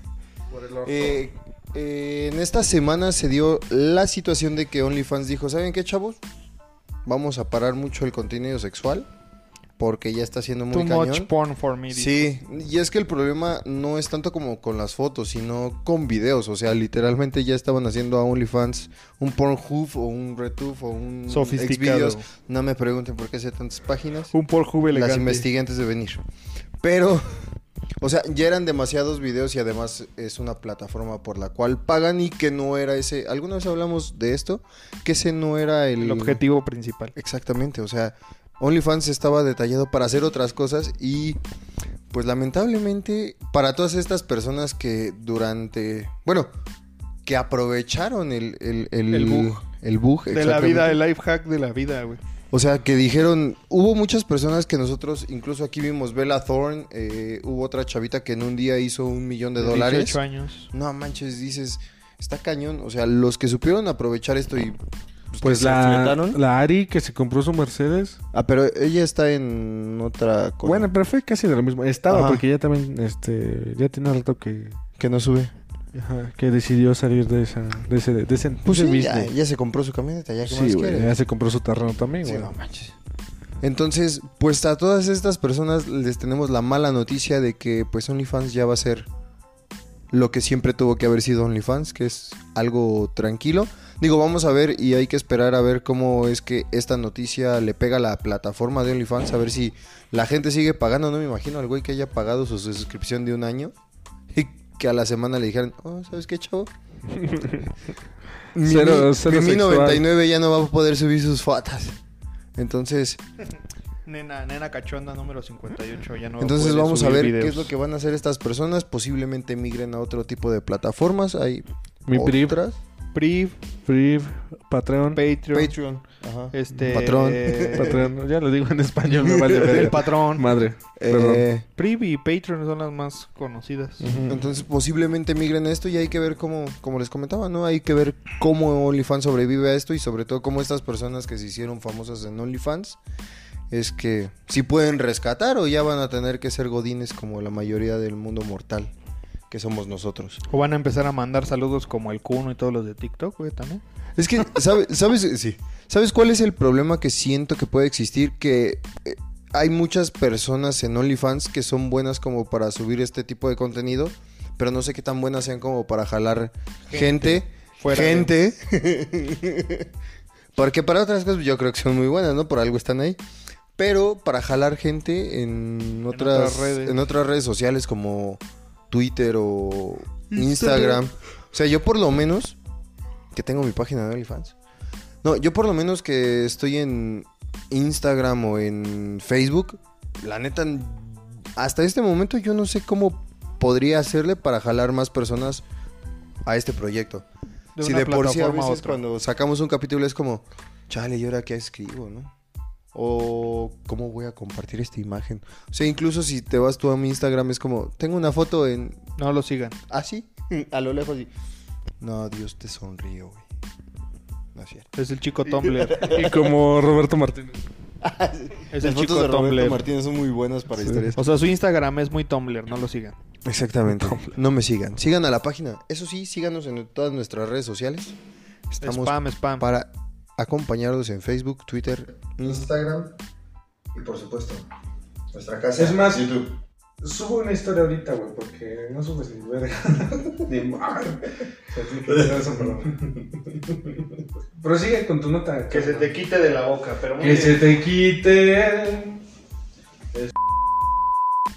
Eh, eh, en esta semana se dio la situación de que OnlyFans dijo, ¿saben qué, chavos? Vamos a parar mucho el contenido sexual porque ya está siendo muy Too cañón. much porn for me. dice. Sí, y es que el problema no es tanto como con las fotos, sino con videos. O sea, literalmente ya estaban haciendo a OnlyFans un Pornhub o un RedTube o un Sofisticado. Xvideos. No me pregunten por qué sé tantas páginas Un por jubilado. las investigué antes de venir. Pero, o sea, ya eran demasiados videos y además es una plataforma por la cual pagan y que no era ese. Alguna vez hablamos de esto, que ese no era el, El objetivo principal. Exactamente, o sea, OnlyFans estaba detallado para hacer otras cosas y, pues lamentablemente, para todas estas personas que durante. Bueno, que aprovecharon el. El, El bug. el bug, De la vida, exactamente. el life hack de la vida, güey. O sea, que dijeron, hubo muchas personas que nosotros, incluso aquí vimos Bella Thorne, eh, hubo otra chavita que en un día hizo un millón de dólares. 18 años. No manches, dices, está cañón. O sea, los que supieron aprovechar esto y... Pues que se la, fletaron. la Ari que se compró su Mercedes. Ah, pero ella está en otra cosa. Bueno, pero fue casi de lo mismo. Estaba Ajá. porque ya también, este, ya tiene rato que, que no sube. ajá, que decidió salir de esa, de ese, de ese, Pues de sí, ya, business. ya se compró su camioneta, ya que Sí, más güey, quiere. ya se compró su terreno también, Sí, güey. no manches. Entonces, pues a todas estas personas les tenemos la mala noticia de que pues OnlyFans ya va a ser lo que siempre tuvo que haber sido OnlyFans, que es algo tranquilo. Digo, vamos a ver y hay que esperar a ver cómo es que esta noticia le pega a la plataforma de OnlyFans, a ver si la gente sigue pagando. No me imagino al güey que haya pagado su suscripción de un año y que a la semana le dijeran, oh, ¿sabes qué, chavo? Mi- Cero- mi- cero mi sexual. 99 ya no va a poder subir sus fotos. Entonces, Nena, nena cachonda número 58. Ya no entonces puede vamos a subir ver videos. qué es lo que van a hacer estas personas. Posiblemente migren a otro tipo de plataformas. Hay Mi PRIV, otras. Priv, PRIV, Patreon. Patreon. Patreon. Ajá. Este. Patrón. eh, Patreon, ya lo digo en español, me vale El verga. patrón. Madre. perdón. Eh, Priv y Patreon son las más conocidas. Ujú. entonces posiblemente migren a esto y hay que ver cómo, como les comentaba, ¿no? Hay que ver cómo OnlyFans sobrevive a esto y sobre todo cómo estas personas que se hicieron famosas en OnlyFans es que si pueden rescatar o ya van a tener que ser godines como la mayoría del mundo mortal que somos nosotros. O van a empezar a mandar saludos como el Kuno y todos los de TikTok, güey, también. Es que, ¿sabe- ¿sabes? Sí. ¿Sabes cuál es el problema que siento que puede existir? Que eh, hay muchas personas en OnlyFans que son buenas como para subir este tipo de contenido, pero no sé qué tan buenas sean como para jalar gente. Fuera de- gente. Porque para otras cosas yo creo que son muy buenas, ¿no? Por algo están ahí. Pero para jalar gente en otras, otras redes. en otras redes sociales como Twitter o Instagram. O sea, yo por lo menos que tengo mi página de OnlyFans. No, yo por lo menos que estoy en Instagram o en Facebook, la neta, hasta este momento yo no sé cómo podría hacerle para jalar más personas a este proyecto. De si una de por sí a plataforma a veces otra. cuando sacamos un capítulo es como, chale, ¿y ahora qué escribo, no? O cómo voy a compartir esta imagen. O sea, incluso si te vas tú a mi Instagram es como, tengo una foto en No lo sigan. así, a lo lejos y no, Dios te sonrío, güey. No es cierto. Es el chico Tumblr. Y como Roberto Martínez. Es el Las fotos chico de Roberto Tumblr. Martínez son muy buenas para historias. O sea, su Instagram es muy Tumblr, no lo sigan. Exactamente. No me sigan. Sigan a la página. Eso sí, síganos en todas nuestras redes sociales. Estamos spam, spam. para acompañarnos en Facebook, Twitter, Instagram y por supuesto nuestra casa. Es más- YouTube. Pues, Subo una historia ahorita, güey, porque no subes ni verga. ni madre. O sea, tiene que quitar eso, pero... pero sigue con tu nota. Que se carnal. te quite de la boca, pero muy Que bien. se te quite.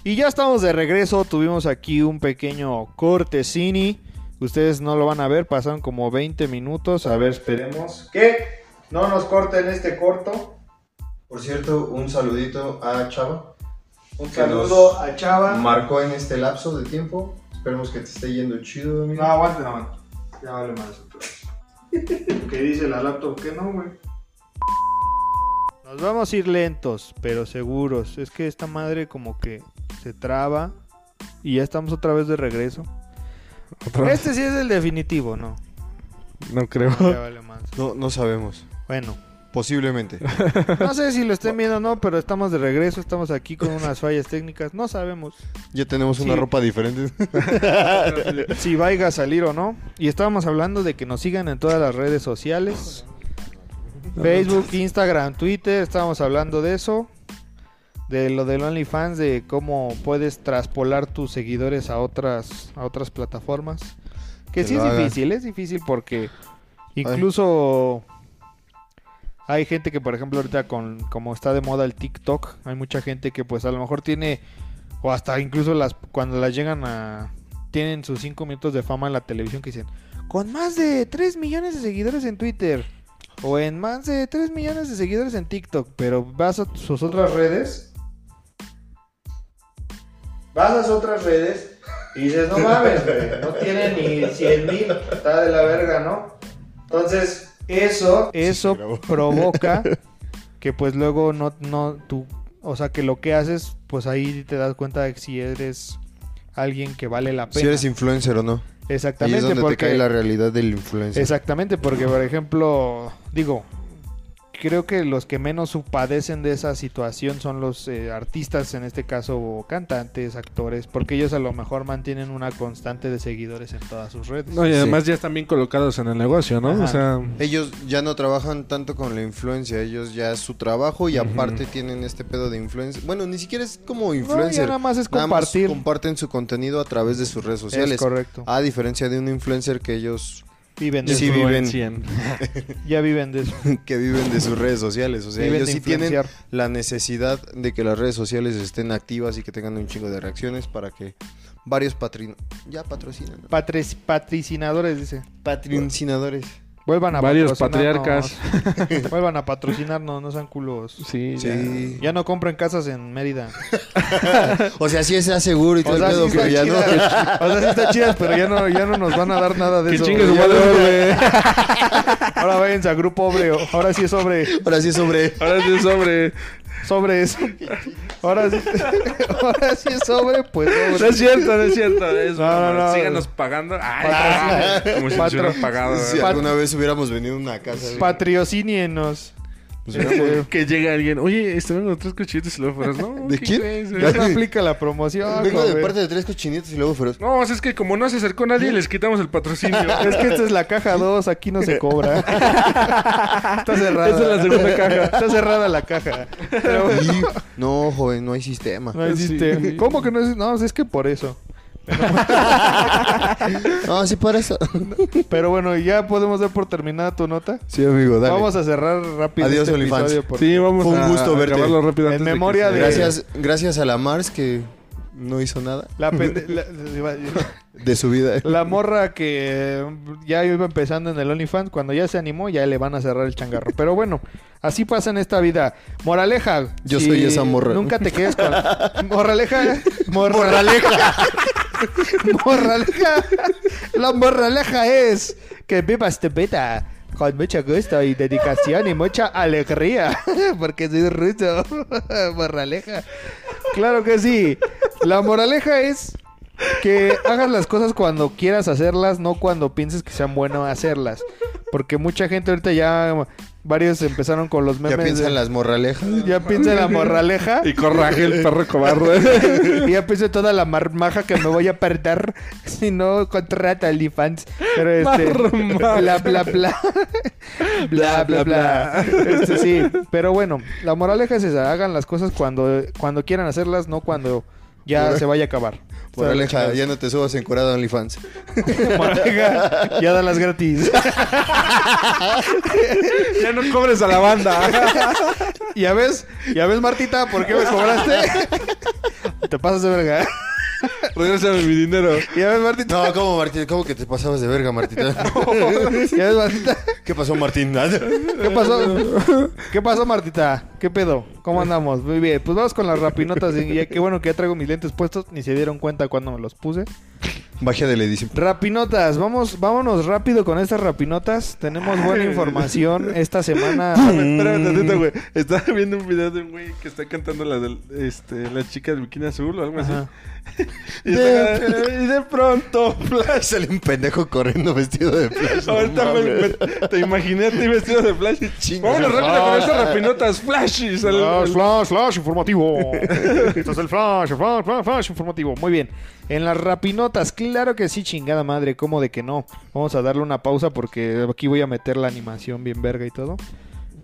Y ya estamos de regreso. Tuvimos aquí un pequeño corte cine. Ustedes no lo van a ver, pasaron como 20 minutos. A ver, esperemos que no nos corten este corto. Por cierto, un saludito a Chava. Un Que saludo nos a Chava. Marcó en este lapso de tiempo. Esperemos que te esté yendo chido, amigo. No, aguante, no, aguante. Ya vale más. ¿Qué dice la laptop? Que no, güey. Nos vamos a ir lentos, pero seguros. Es que esta madre como que se traba y ya estamos otra vez de regreso. Otra vez. Este sí es el definitivo, ¿no? No creo. Ya vale más. No, no sabemos. Bueno, Posiblemente. no sé si lo estén viendo o no, pero estamos de regreso, estamos aquí con unas fallas técnicas. No sabemos Ya tenemos una Sí. ropa diferente. si vaya a salir o no. Y estábamos hablando de que nos sigan en todas las redes sociales. Facebook, Instagram, Twitter, estábamos hablando de eso. De lo del OnlyFans, de cómo puedes traspolar tus seguidores a otras, a otras plataformas. Que Que sí lo es hagan. difícil, es difícil porque incluso hay gente que, por ejemplo, ahorita con como está de moda el TikTok, hay mucha gente que pues a lo mejor tiene o hasta incluso las cuando las llegan a tienen sus 5 minutos de fama en la televisión que dicen, con más de 3 millones de seguidores en Twitter o en más de 3 millones de seguidores en TikTok, pero vas a sus otras redes vas a sus otras redes y dices, no mames, güey, no tiene ni 100 mil, está de la verga, ¿no? Entonces, eso, eso se grabó. provoca que pues luego no, no, tú, o sea, que lo que haces, pues ahí te das cuenta de que si eres alguien que vale la pena. Si eres influencer o no. Ahí exactamente, es donde porque, te cae la realidad del influencer. exactamente, porque por ejemplo, digo, creo que los que menos su- padecen de esa situación son los eh, artistas, en este caso cantantes, actores, porque ellos a lo mejor mantienen una constante de seguidores en todas sus redes. No, y además ya están bien colocados en el negocio, ¿no? Ajá. O sea, Ellos ya no trabajan tanto con la influencia, ellos ya es su trabajo y aparte tienen este pedo de influencer. Bueno, ni siquiera es como ya influencer. nada más es Nada más compartir. comparten su contenido a través de sus redes sociales. Es correcto. A diferencia de un influencer que ellos Viven de Sí, eso. viven. influencian. Ya viven de eso. que viven de sus redes sociales, o sea, Viven ellos de sí tienen influenciar. la necesidad de que las redes sociales estén activas y que tengan un chingo de reacciones para que varios patrin ya patrocinan, ¿no? Patres- patricinadores, dice. patrocinadores. Vuelvan a Varios patrocinarnos. patriarcas. Vuelvan a patrocinarnos, no sean culos. Sí, Sí. Ya no compren casas en Mérida. O sea, sí es seguro y todo O el sea, sí pedo, están pero ya no. chidas, o sea, sí están chidas, pero ya no, ya no nos van a dar nada de Que eso. chingue su güey. madre, güey. Ahora váyanse a grupo obreo. Ahora sí es sobre. Ahora sí es sobre Ahora sí es sobre. Sobre eso. Ahora sí, ahora sí es sobre, pues No sobre. es cierto, no es cierto. Es No, no, broma. no. Síganos pagando. Ay, Patrocina. ah, como si nos hubieran Patro- pagado. Si ¿verdad? alguna vez hubiéramos venido a una casa. güey. Patriocinien-nos. Pues Este, Que llega alguien. Oye, este vengo de tres cochilitos y luego fueras. No, ¿De ¿qué quién? crees, güey? ya no aplica la promoción. Vengo de joven. parte de tres cochinitos y luego feroz. No, o sea, es que como no se acercó nadie, les quitamos el patrocinio. Es que esta es la caja 2, aquí no se cobra. Está cerrada. Esa es la segunda caja. Está cerrada la caja. Pero bueno, Y- No, joven, no hay sistema. no existe. Sí. ¿Cómo que no es? No, es que por eso. No, sí para eso. Pero bueno, ya podemos dar por terminada tu nota. Sí, amigo, dale. Vamos a cerrar rápido Adiós, este OnlyFans. episodio. porque- Sí, vamos Fue un a gusto verte. acabarlo rápido En antes de que memoria se- de- Gracias, gracias a la Mars que no hizo nada La, pende- la- de su vida. la morra que eh, ya iba empezando en el OnlyFans, cuando ya se animó, ya le van a cerrar el changarro. Pero bueno, así pasa en esta vida. Moraleja. Yo soy esa morra. Nunca te quedes con. Moraleja. Moraleja. Moraleja. Morraleja. La morraleja es que vivas tu vida con mucho gusto y dedicación y mucha alegría. Porque soy ruso. Morraleja. Claro que sí. La moraleja es que hagas las cosas cuando quieras hacerlas, no cuando pienses que sean bueno hacerlas. Porque mucha gente ahorita ya Varios empezaron con los memes. Ya piensan de- las morralejas. Ya piensa en la morraleja. Y corraje el perro cobarde. Y ya pienso en toda la marmaja que me voy a perder si no contrata al fans. Pero este. Marmaja. Bla, bla, bla. bla, bla, bla. Este, sí. Pero bueno, la moraleja es esa. Hagan las cosas cuando, cuando quieran hacerlas, no cuando ya se vaya a acabar. Morraleja, ya no te subas encuerado a OnlyFans. Moraleja, ya las gratis. ya no cobres a la banda. ¿Ya ves? ¿Ya ves, Martita? ¿Por qué me cobraste? Te pasas de verga. Regrésame mi dinero. ¿Ya ves, Martita? No, ¿cómo, Martín? ¿Cómo que te pasabas de verga, Martita? ¿Ya ves, Martita? ¿Qué pasó, Martín? Nada. ¿Qué pasó? ¿Qué pasó, Martita? ¿Qué pedo? ¿Cómo andamos? Muy bien. Pues vamos con las rapinotas. Y ya, qué bueno que ya traigo mis lentes puestos. Ni se dieron cuenta cuando me los puse. Magia de la edición. Rapinotas. Vamos, vámonos rápido con estas rapinotas. Tenemos buena información esta semana. Espérame tantito, güey. Estaba viendo un video de un güey que está cantando la del, este, la chica del bikini azul o algo Ajá. así. Y, está- y de pronto, Flash. Sale un pendejo corriendo vestido de flash. Ahorita No me, mames. me- te imaginé a ti vestido de Flash. Ah. Chinga. Vámonos rápido con estas rapinotas, Flash. Y sale el- Flash, flash, flash informativo. Esto es el flash, flash, flash, flash informativo. Muy bien. En las rapinotas, claro que sí, chingada madre, ¿cómo de que no? Vamos a darle una pausa porque aquí voy a meter la animación bien verga y todo.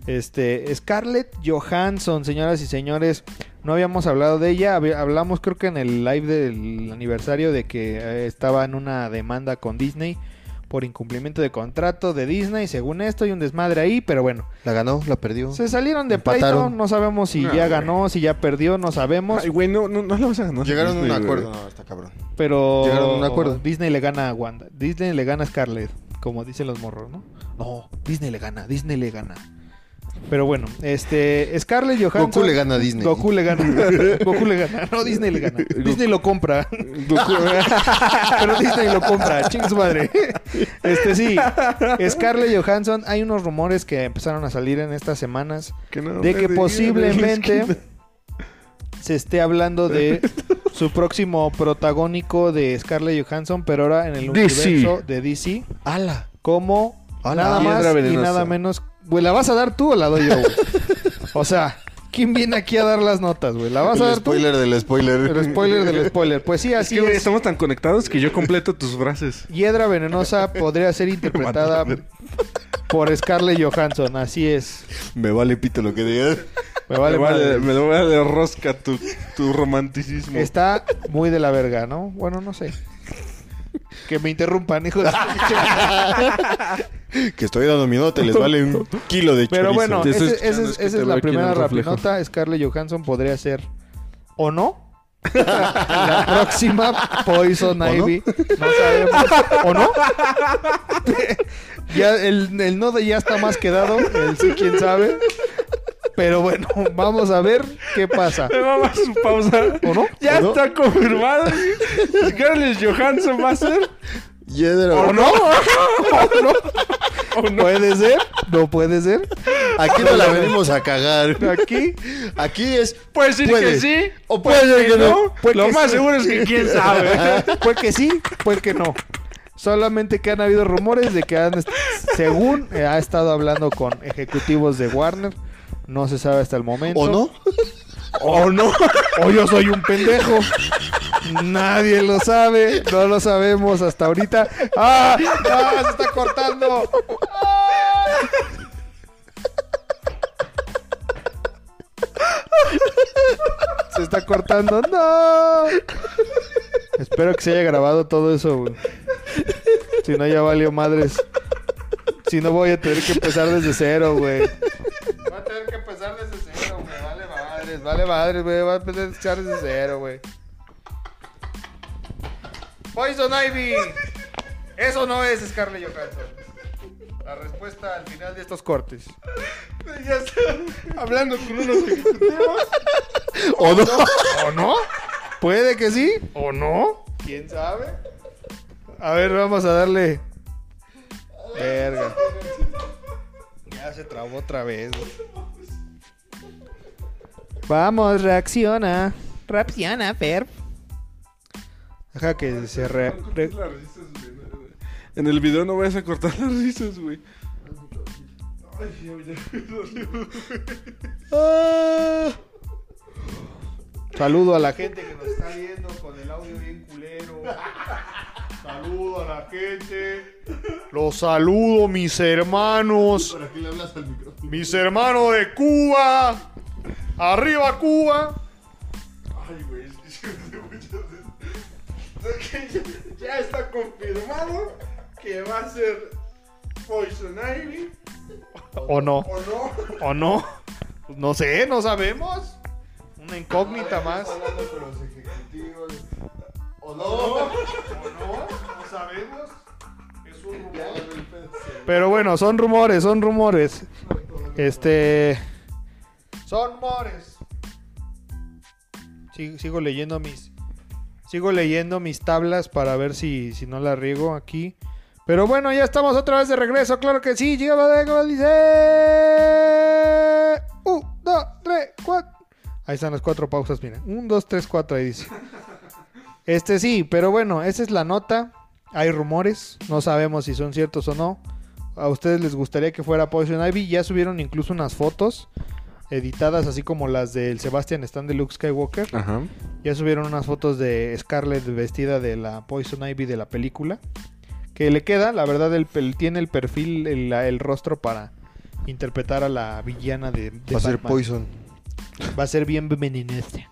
Este, Scarlett Johansson, señoras y señores, no habíamos hablado de ella, Hab- hablamos creo que en el live del aniversario de que eh, estaba en una demanda con Disney por incumplimiento de contrato de Disney, según esto, hay un desmadre ahí, pero bueno, La ganó, la perdió. se salieron de Empataron. pleito, no sabemos si No, ya güey. ganó, si ya perdió, no sabemos, Ay, güey, no, no, no la vas a ganar. Este, Llegaron a un Disney, acuerdo. güey. No, está cabrón. pero llegaron a un acuerdo. Disney le gana a Wanda, Disney le gana a Scarlett, como dicen los morros, ¿no? No, Disney le gana, Disney le gana. Pero bueno, este Scarlett Johansson Goku le gana a Disney. Goku le gana. Goku le gana. No, Disney le gana. Disney lo compra. Pero Disney lo compra. Ching su madre. Este sí. Scarlett Johansson. Hay unos rumores que empezaron a salir en estas semanas. Ah, Que no de me que digas, posiblemente es que- se esté hablando de su próximo protagónico de Scarlett Johansson, pero ahora en el DC. universo de DC. ¡Ala! Como Hola. nada Piedra más y venenosa. nada menos. Güey, ¿la vas a dar tú o la doy yo, güey? O sea, ¿quién viene aquí a dar las notas, güey? ¿La vas a El dar spoiler del spoiler. tú? El spoiler del spoiler. Pues sí, Es así que, güey, es. estamos tan conectados que yo completo tus frases. Hiedra venenosa podría ser interpretada por Scarlett Johansson, así es. Me vale pito lo que digas. Me vale, me, vale, madre. me lo voy a de rosca tu, tu romanticismo. Está muy de la verga, ¿no? Bueno, no sé. Que me interrumpan, hijo de... Que estoy dando mi nota y les vale un kilo de Pero chorizo. bueno, Te estoy ese- ese- escuchando, esa es, es que te veo la aquí en el primera reflejo. rapinota. Scarlett Johansson podría ser... ¿O no? la próxima Poison ¿O no? Ivy. No? sabemos. ¿O no? ya el, el no de ya está más quedado. El sí, quién sabe. Pero bueno, vamos a ver qué pasa. Me mama su pausa. ¿O no? Ya ¿O no? está confirmado. Scarlett Johansson va a ser. Hiedra- ¿O no? ¿Puede ser? ¿No puede ser? Aquí no la venimos a cagar. Aquí Aquí es. Puede ser Puede. que sí. O puede ser que no. Puede Lo que más sí. seguro es que quién sabe. Puede que sí, puede que no. Solamente que han habido rumores de que han, est- según eh, ha estado hablando con ejecutivos de Warner, no se sabe hasta el momento. ¿O no? O no. O yo soy un pendejo. Nadie lo sabe, no lo sabemos hasta ahorita. ¡Ah! ¡Ah! ¡Se está cortando! Se está cortando. ¡No! Espero que se haya grabado todo eso, güey. Si no, ya valió madres. Si no, voy a tener que empezar desde cero, güey. Voy a tener que empezar desde cero, güey. Vale madres, vale madres, güey. Voy a empezar desde cero, güey. Poison Ivy. Eso no es Scarlett Johansson. La respuesta al final de estos cortes. Ya está hablando con unos ejecutivos. ¿O no? ¿O no? Puede que sí. ¿O no? ¿Quién sabe? A ver, vamos a darle. Verga. Ya se trabó otra vez. güey. Vamos, reacciona. Reacciona, Fer. Deja que se re... re- En el video no vayas a cortar las risas, güey. Ah. Saludo a la gente que nos está viendo con el audio bien culero. Saludo a la gente. Los saludo, mis hermanos. ¿Para qué le hablas al micrófono? Mis hermanos de Cuba. Arriba Cuba. Ay, güey, es que yo sé muchas veces. Ya- Ya está confirmado que va a ser Poison Ivy ¿O no? o no. ¿O no? Pues No sé, no sabemos. Una incógnita más. Hablando con los ejecutivos. O no. No, no sabemos. Es un Ya, rumor. güey, pero- Pero bueno, son rumores, son rumores. Este. Son rumores. Sig- sigo leyendo mis. Sigo leyendo mis tablas para ver si, si no la riego aquí. Pero bueno, ya estamos otra vez de regreso, claro que sí. Llegamos de gol, dice. Un, dos, tres, cuatro. Ahí están las cuatro pausas, miren. Un, dos, tres, cuatro, ahí dice. Este sí, pero bueno, esa es la nota. Hay rumores, no sabemos si son ciertos o no. A ustedes les gustaría que fuera Poison Ivy. Ya subieron incluso unas fotos editadas, así como las del Sebastian Stan de Luke Skywalker. Ajá. Ya subieron unas fotos de Scarlett vestida de la Poison Ivy de la película. Que le queda, la verdad, el, pel- tiene el perfil, el, la- el rostro para interpretar a la villana de, de Va a ser Batman. Poison. Va a ser bien veneneste.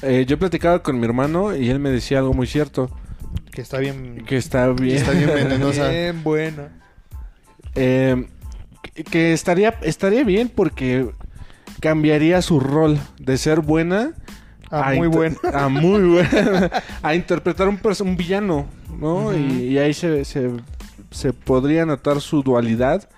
Eh, yo platicaba con mi hermano y él me decía algo muy cierto. Que está bien... Que está bien. Está bien venenosa. Bien buena. Eh, que- que estaría, estaría bien porque cambiaría su rol de ser buena Ah, muy inter- buena. a muy buena a interpretar un, perso- un villano, ¿no? Ujú. y, y ahí se, se, se podría notar su dualidad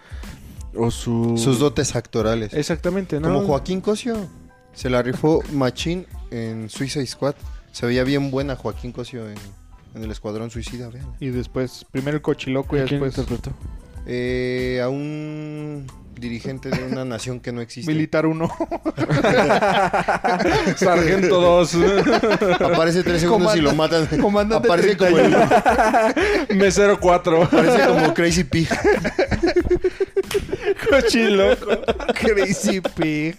o su Sus dotes actorales. exactamente, ¿no? Como Joaquín Cosio. Se la rifó Machín en Suicide Squad. Se veía bien buena Joaquín Cosio en, en el Escuadrón Suicida, vean. Y después, primero el cochiloco y ¿A quién después interpretó? Eh, a un dirigente de una nación que no existe. militar uno. Sargento 2, Aparece tres segundos y lo matan. Comandante Aparece como, el- mesero 4, aparece como Crazy Pig. cochiloco. Crazy Pig.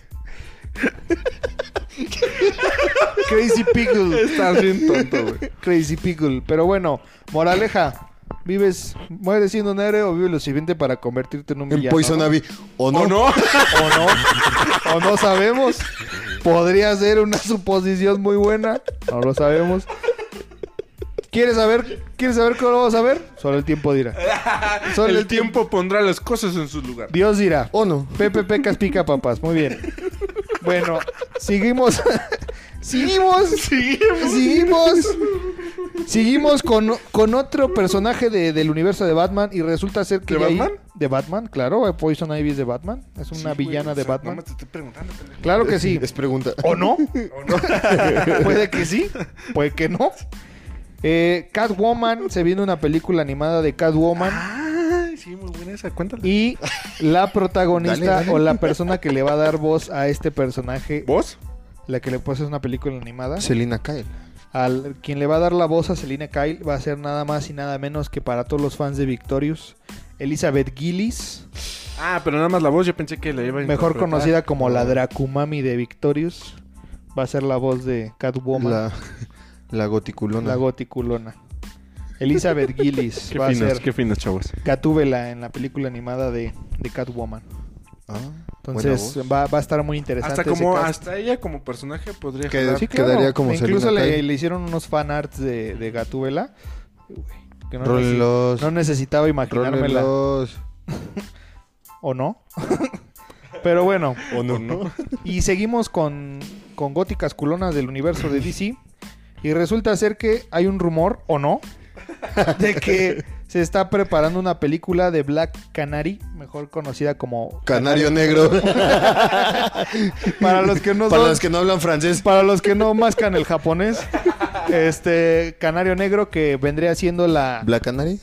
Crazy Pickle. Estás bien tonto, güey. Crazy Pickle. Pero bueno, moraleja. Vives, mueres siendo un héroe o vives lo siguiente para convertirte en un En villano. Poison Ivy. ¿O no? ¿O no? O no. O no sabemos. Podría ser una suposición muy buena. No lo sabemos. ¿Quieres saber? ¿Quieres saber cómo lo vamos a ver? Solo el tiempo dirá. Solo El tiempo pondrá las cosas en su lugar. Dios dirá. ¿O no? Pepe Pecas pica papas, muy bien. Bueno, seguimos. seguimos. Seguimos. Seguimos. con, con otro personaje de- del universo de Batman y resulta ser que... ¿De ya ahí- Batman? de Batman, claro. eh, Poison Ivy es de Batman. Es una villana de Batman. te estoy preguntando. Claro que sí. Es pregunta. ¿O no? puede que sí, puede que no. Eh, Catwoman, se viene una película animada de Catwoman. Ah, sí, muy buena esa. Cuéntala. Y la protagonista Dale, dale. o la persona que le va a dar voz a este personaje, ¿Vos? la que le puse es una película animada, Selina Kyle. al quien le va a dar la voz a Selina Kyle va a ser nada más y nada menos que para todos los fans de Victorious, Elizabeth Gillis, Ah, pero nada más la voz. Yo pensé que la iba a mejor interpretar. conocida como la Dracumami de Victorious, va a ser la voz de Catwoman, la, La, la goticulona. goticulona. Elizabeth Gillis Qué va a finos, ser qué finos, chavos. Catúbela en la película animada de, de Catwoman. Ah, buena Entonces voz. va, va a estar muy interesante. Hasta, ese como, cast. hasta ella como personaje podría Que- jalar. Sí, Quedaría claro. como Incluso Selena le, Kyle. le hicieron unos fanarts de, de Gatúbela. Uy, Que no, necesi- Rólenlos. no necesitaba imaginármela. Rólenlos. ¿O no? Pero bueno. ¿O no? Y seguimos con, con góticas culonas del universo de DC. Y resulta ser que hay un rumor, o no, de que se está preparando una película de Black Canary, mejor conocida como... Canario negro. Para los que no Para son- los que no hablan francés. Para los que no mascan el japonés, este Canario Negro que vendría siendo la ¿Black Canary?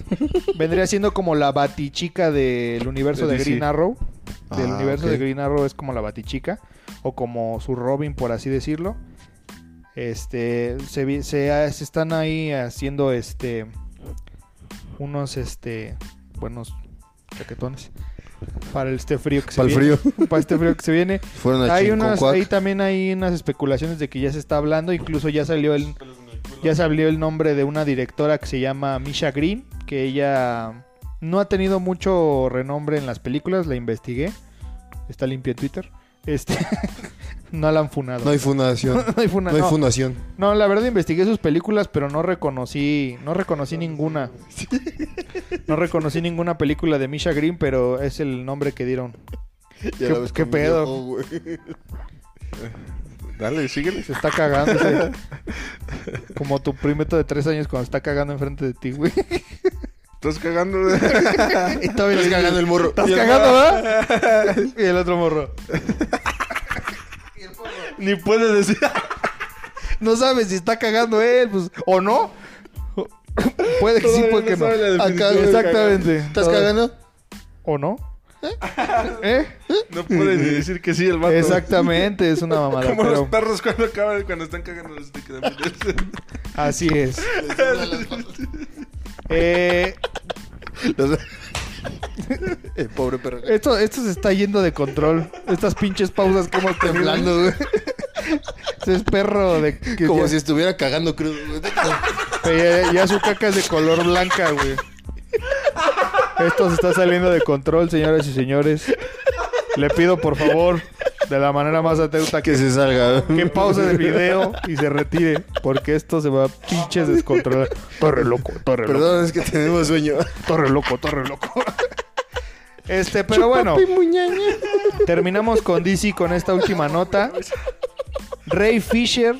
vendría siendo como la batichica del universo De de, DC. Green Arrow. Del Ah, universo ok. de Green Arrow es como la batichica o como su Robin por así decirlo. Este se, vi- se ha- se están ahí haciendo este unos este buenos chaquetones para este frío que se Para el viene. frío. Para este frío que se viene. Fueron a Hay unas, Chinconcuac. ahí también hay unas especulaciones de que ya se está hablando, incluso ya salió el, ya salió el nombre de una directora que se llama Misha Green, que ella no ha tenido mucho renombre en las películas, la investigué, está limpio en Twitter, este, no la han funado. No hay fundación. No hay funa- No hay no. fundación. No, la verdad investigué sus películas, pero no reconocí, no reconocí ninguna. No reconocí ninguna película de Misha Green, pero es el nombre que dieron. Ya ¿Qué- la ves qué con pedo? video, güey. Dale, síguele. Se está cagando. ese- Como tu primito de tres años cuando está cagando enfrente de ti, güey. Estás cagando. ¿eh? Y todavía Estás le- cagando el morro. Estás cagando, ¿verdad? Y el otro morro. Ni puedes decir. No sabes si está cagando él, pues, o no. Puede que sí, puede que no. Acá, güey. Exactamente. ¿Estás cagando? ¿O no? ¿Eh? No puedes ni decir que sí el vato. Exactamente, es una mamada. Como los Pero perros cuando acaban, cuando están cagando. se te quedan viendo. así es. Eh, Los- El pobre perro. esto, esto se está yendo de control. Estas pinches pausas que hemos tenido. Temblando, güey. Ese es perro de que Como ya, si estuviera cagando crudo. güey. ya- ya su caca es de color blanca, güey. Esto se está saliendo de control, señoras y señores. Le pido por favor, de la manera más atenta que, Que se salga. que pause el video y se retire, porque esto se va a pinches descontrolar. Torre loco, torre loco. Perdón, es que tenemos sueño. Torre loco, torre loco. Este, pero bueno. Terminamos con DC con esta última nota. Ray Fisher.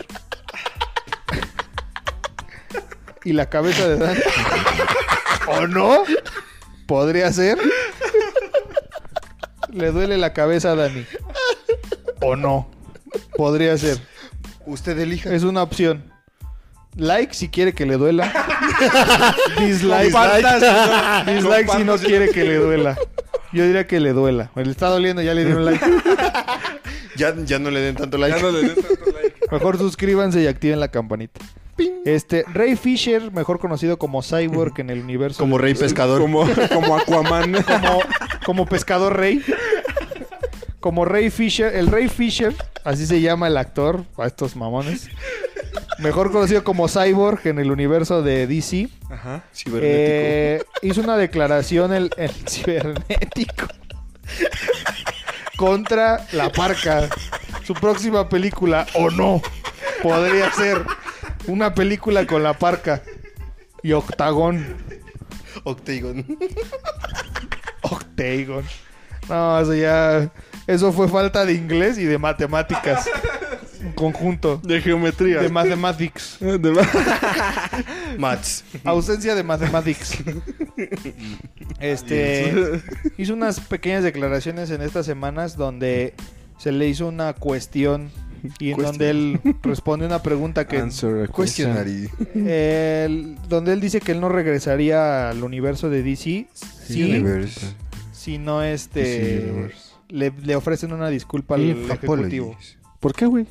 Y la cabeza de Dan. ¿O no? Podría ser. Le duele la cabeza a Dani. ¿O no? Podría ser. Usted elija. Es una opción. Like si quiere que le duela. Dislike, dislike si no quiere que le duela. Yo diría que le duela. Le está doliendo, ya le dieron like. Ya, ya no le den tanto like. Ya no le des tanto like. Mejor suscríbanse y activen la campanita. Este, Ray Fisher, mejor conocido como Cyborg en el universo. Como rey pescador. Como, como Aquaman. como, como pescador rey. Como Ray Fisher. El Ray Fisher, así se llama el actor, a estos mamones. Mejor conocido como Cyborg en el universo de DC. Ajá. Cibernético. Eh, hizo una declaración el, el cibernético contra la parca. Su próxima película, o no, podría ser una película con la parca y octagón. Octagon. Octagon. No, eso ya. Eso fue falta de inglés y de matemáticas. Un conjunto. De geometría. De mathematics. De ma- Mats. Ausencia de mathematics. Este. Hizo unas pequeñas declaraciones en estas semanas donde se le hizo una cuestión y en Cuestión. donde él responde una pregunta que. Answer a question. Cuestionary. él- donde él dice que él no regresaría al universo de DC si, Universe. si no este. le, le ofrecen una disculpa al If ejecutivo. ¿Por qué, güey?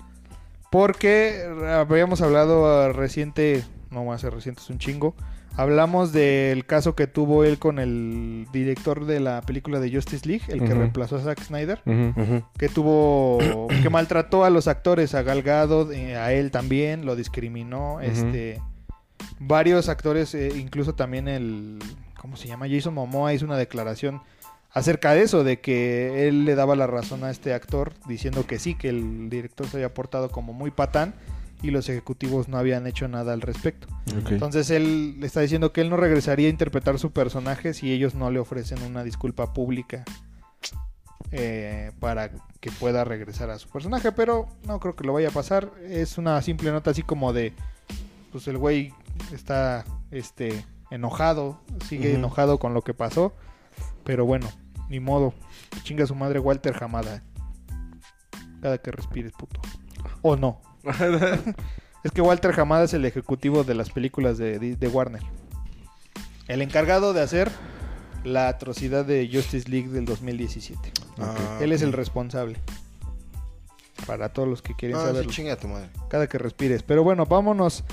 Porque eh, habíamos hablado eh, reciente, no hace reciente, es un chingo. Hablamos del caso que tuvo él con el director de la película de Justice League, el que Ujú. reemplazó a Zack Snyder, Ujú. que tuvo que maltrató a los actores, a Galgado, a él también, lo discriminó, este varios actores, eh, incluso también el ¿cómo se llama? Jason Momoa hizo una declaración acerca de eso, de que él le daba la razón a este actor diciendo que sí, que el director se había portado como muy patán y los ejecutivos no habían hecho nada al respecto. Entonces él le está diciendo que él no regresaría a interpretar su personaje si ellos no le ofrecen una disculpa pública eh, para que pueda regresar a su personaje, pero no creo que lo vaya a pasar. Es una simple nota así como de, pues el güey está este, enojado, sigue Ujú. enojado con lo que pasó, pero bueno, ni modo. Chinga su madre Walter Hamada. Cada que respires, puto. O no. Es que Walter Hamada es el ejecutivo de las películas de, de Warner. El encargado de hacer la atrocidad de Justice League del 2017. Ah, Él es el responsable. Para todos los que quieren No, Ah, sí, saberlo. chinga tu madre. Cada que respires. Pero bueno, vámonos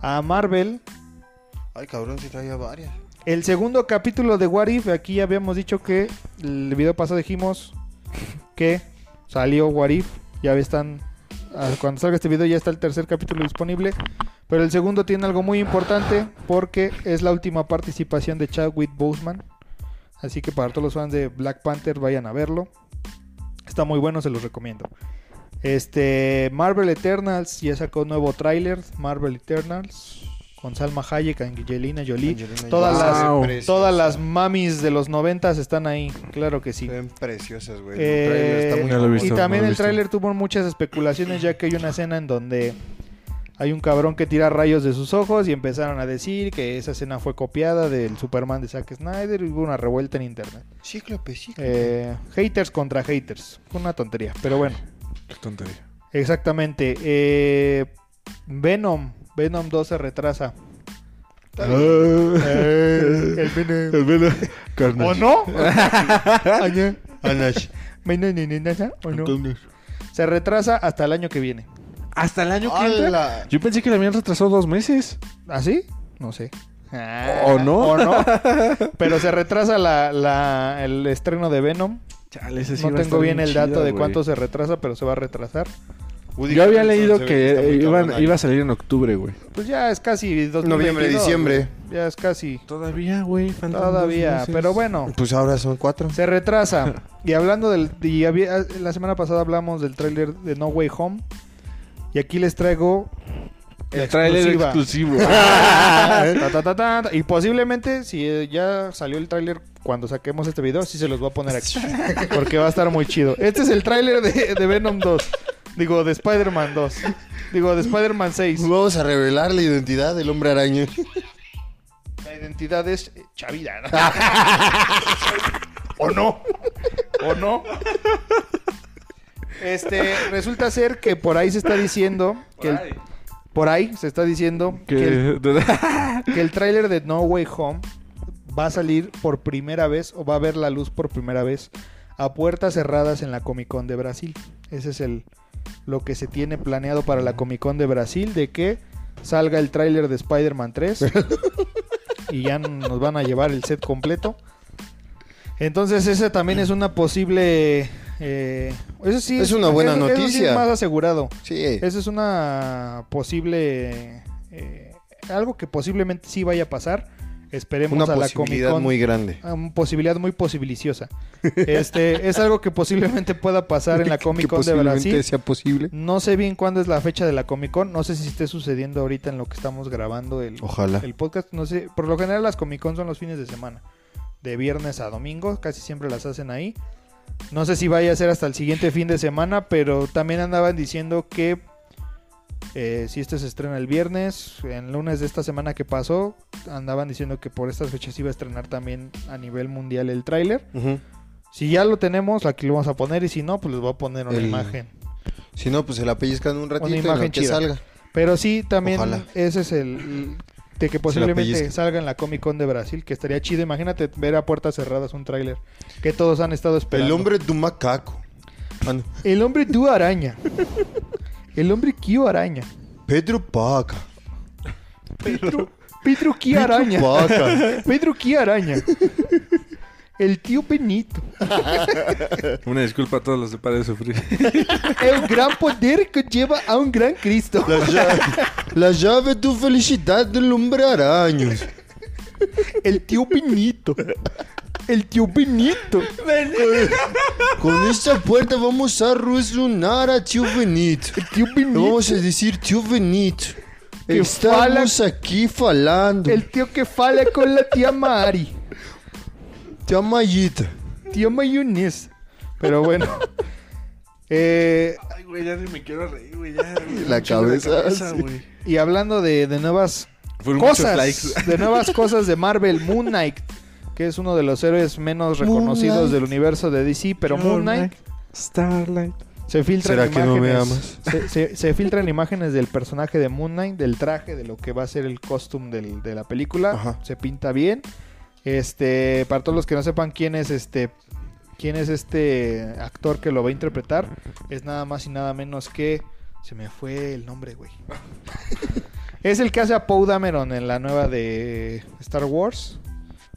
a Marvel. Ay, cabrón, si traía varias. El segundo capítulo de What If, aquí ya habíamos dicho que el video pasado dijimos que salió What If, ya están, ah, cuando salga este video ya está el tercer capítulo disponible, pero el segundo tiene algo muy importante porque es la última participación de Chadwick Boseman, así que para todos los fans de Black Panther vayan a verlo, está muy bueno, se los recomiendo. Este Marvel Eternals ya sacó un nuevo tráiler, Marvel Eternals con Salma Hayek, Angelina Jolie, Angelina todas Jolie. las Wow. Preciosa. Todas las mamis de los noventas están ahí, claro que sí. Se ven preciosas, güey. Eh, el trailer está muy Ya lo he mamón. y visto. también no lo he el visto. tráiler tuvo muchas especulaciones ya que hay una escena en donde hay un cabrón que tira rayos de sus ojos y empezaron a decir que esa escena fue copiada del Superman de Zack Snyder y hubo una revuelta en internet. Cíclope, cíclope. Eh, haters contra haters, una tontería, pero bueno. Qué tontería. Exactamente. eh, Venom, Venom 2 se retrasa. Eh, el Venom. El velo. Carnage. ¿O no? ¿O no? Se retrasa hasta el año que viene. Hasta el año que entra. ¡Hala! Yo pensé que la habían retrasado dos meses. ¿Así? ¿Ah, No sé. Ah. ¿O no? ¿O no? Pero se retrasa la, la- el estreno de Venom. Chale, ese no va a tengo estar bien el dato chido, de güey. cuánto se retrasa, pero se va a retrasar. Woody Yo había Harrelson leído se ve está que muy iban- cabrón ahí. iba a salir en octubre, güey. Pues ya es casi... 2022, Noviembre, diciembre. güey. Ya es casi. Todavía, güey. faltan dos Todavía. meses. Pero bueno. Pues ahora son cuatro. Se retrasa. Y hablando del. y había- ah, la semana pasada hablamos del tráiler de No Way Home. Y aquí les traigo. la El tráiler exclusiva. Ta, exclusivo. ta, ta, ta, ta. Y posiblemente, si eh, ya salió el tráiler cuando saquemos este video, sí se los voy a poner aquí. Porque va a estar muy chido. Este es el tráiler de, de Venom 2. Digo, de Spider-Man 2. Digo, de Spider-Man 6. Vamos a revelar la identidad del hombre araña. La identidad es eh, Chavira. ¿no? ¿O no? ¿O no? Este, resulta ser que por ahí se está diciendo que el- por ahí se está diciendo que, el, que... que el tráiler de No Way Home va a salir por primera vez o va a ver la luz por primera vez a puertas cerradas en la Comic Con de Brasil. Ese es el lo que se tiene planeado para la Comic Con de Brasil de que salga el tráiler de Spider-Man 3 y ya nos van a llevar el set completo. Entonces esa también es una posible eh, eso sí Es una buena eso- eso sí es noticia. más asegurado. Sí. Esa es una posible. eh, algo que posiblemente sí vaya a pasar. Esperemos Una a la Comic posibilidad Con. muy grande. Una posibilidad muy posibiliciosa. Este, es algo que posiblemente pueda pasar en la Comic Con Que de Brasil. posiblemente sea posible. No sé bien cuándo es la fecha de la Comic Con. No sé si esté sucediendo ahorita en lo que estamos grabando el, Ojalá. el podcast. No sé. Por lo general las Comic Con son los fines de semana. De viernes a domingo. Casi siempre las hacen ahí. No sé si vaya a ser hasta el siguiente fin de semana. Pero también andaban diciendo que eh, si este se estrena el viernes, en lunes de esta semana que pasó, andaban diciendo que por estas fechas iba a estrenar también a nivel mundial el tráiler. Ujú. Si ya lo tenemos, aquí lo vamos a poner y si no, pues les voy a poner una El- imagen. Si no, pues se la pellizcan un ratito y en lo imagen que chida. salga. Pero sí, también Ojalá. ese es el de que posiblemente pellizca. salga en la Comic Con de Brasil, que estaría chido. Imagínate ver a puertas cerradas un tráiler que todos han estado esperando. El hombre de un macaco. Ah, no. el hombre du araña. El hombre Kio araña. Pedro Paca. Pedro, Pedro Kio araña. Paca. Pedro Kio araña. El tío Benito. Una disculpa a todos los de Para de Sufrir. El gran poder que lleva a un gran Cristo. La llave, la llave tu felicidad del hombre araño. El tío Benito. El tío Benito. Con esta puerta vamos a resonar a tío Benito. El tío Le Benito. vamos a decir, tío Benito. Que Estamos aquí falando. El tío que fala con la tía Mari. Tía Mayita. Tío Mayunis. Pero bueno. Eh, Ay, güey, ya ni me quiero reír, güey. Ya, La cabeza, sí. güey. y hablando de, de nuevas Fueron muchos likes. cosas. De nuevas cosas de Marvel. Moon Knight. Que es uno de los héroes menos Moon reconocidos Knight. del universo de DC. Pero Moon Knight Starlight. se filtran ¿Será que imágenes. no me amas? Se, se- se filtran imágenes del personaje de Moon Knight, del traje, de lo que va a ser el costume del- de la película. Ajá. Se pinta bien. Este, para todos los que no sepan quién es este. quién es este actor que lo va a interpretar, es nada más y nada menos que. Se me fue el nombre, güey. es el que hace a Poe Dameron en la nueva de Star Wars.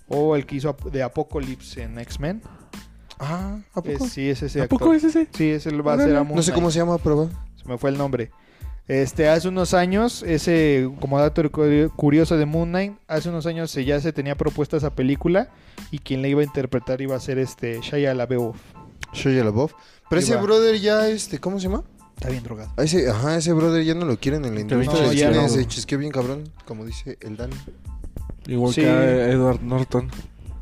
o el que hizo Ap- de Apocalypse en X-Men. Ah, ¿a poco? Eh, sí, es ese ¿A actor. poco es ese? Sí, es el va a Órale. ser a Moon No sé cómo Knight. se llama, pero va. Se me fue el nombre. Este, hace unos años, ese, como dato cu- curioso de Moon Knight, hace unos años se- ya se tenía propuesta esa película y quien la iba a interpretar iba a ser este Shia LaBeouf. Shia LaBeouf. Pero Ahí ese va. brother ya, este, ¿cómo se llama? Está bien drogado. A ese, ajá, ese brother ya no lo quieren en la Te vi industria. del chisqueado. cine, No, ya no. Se chisqueó bien cabrón, como dice el Dan. Igual Sí. que a Edward Norton.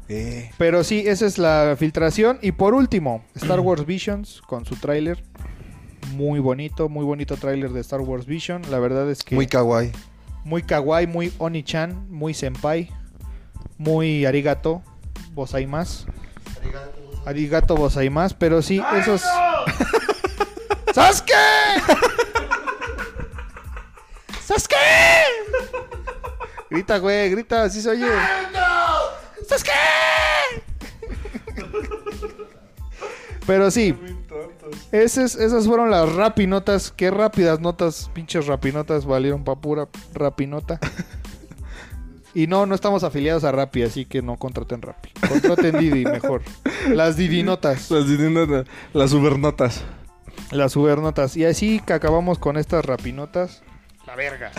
Eh. Pero sí, esa es la filtración. Y por último, Star Wars Visions con su tráiler. Muy bonito, muy bonito tráiler de Star Wars Vision. La verdad es que Muy kawaii. muy kawaii, muy oni-chan, muy senpai, muy arigato, más Arigato, más pero sí, esos... ¡Sasuke! ¡Sasuke! Grita, güey, grita, así se oye. ¡Sasuke! Pero sí, esas, esas fueron las rapinotas. Qué rápidas notas, pinches rapinotas valieron pa' pura rapinota. Y no, no estamos afiliados a Rappi, así que no contraten Rappi. Contraten Didi, mejor. Las Didinotas, Las, divinas- las supernotas. las Ubernotas. Y así que acabamos con estas rapinotas. La verga.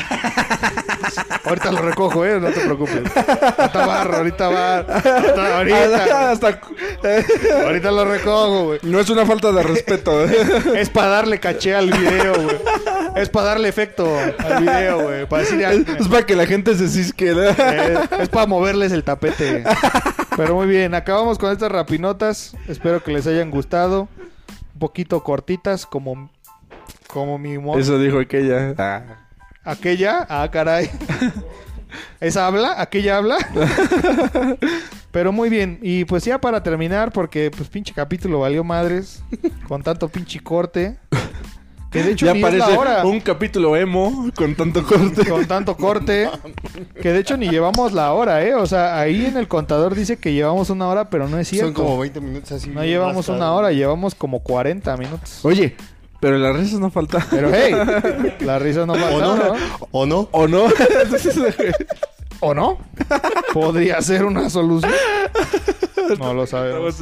ahorita lo recojo, ¿eh? No te preocupes. Ahorita barro, ahorita barro. Ahorita, ahorita, Hasta- eh, ahorita lo recojo, güey. no es una falta de respeto. ¿eh? Es para darle caché al video, güey. Es para darle efecto al video, güey. Para decir, "Ah, es, es para que la gente se cisque. ¿no? eh, es para moverles el tapete. Pero muy bien, acabamos con estas rapinotas. Espero que les hayan gustado. Un poquito cortitas, como, como mi humor. Eso dijo aquella. Ah. Aquella, ah, caray. ¿Esa habla? ¿Aquella habla? Pero muy bien, y pues ya para terminar, porque pues pinche capítulo valió madres, con tanto pinche corte, que de hecho Ya ni es la hora. parece un capítulo emo con tanto corte. con tanto corte. Que de hecho ni llevamos la hora, ¿eh? O sea, ahí en el contador dice que llevamos una hora, pero no es cierto. Son como 20 minutos así. no llevamos bastardo. una hora, llevamos como 40 minutos. Oye, pero las risas no falta. Pero hey, la risa no ¿O faltaron, no? ¿no? ¿O no? ¿O no? ¿O no? Podría ser una solución. No lo sabemos.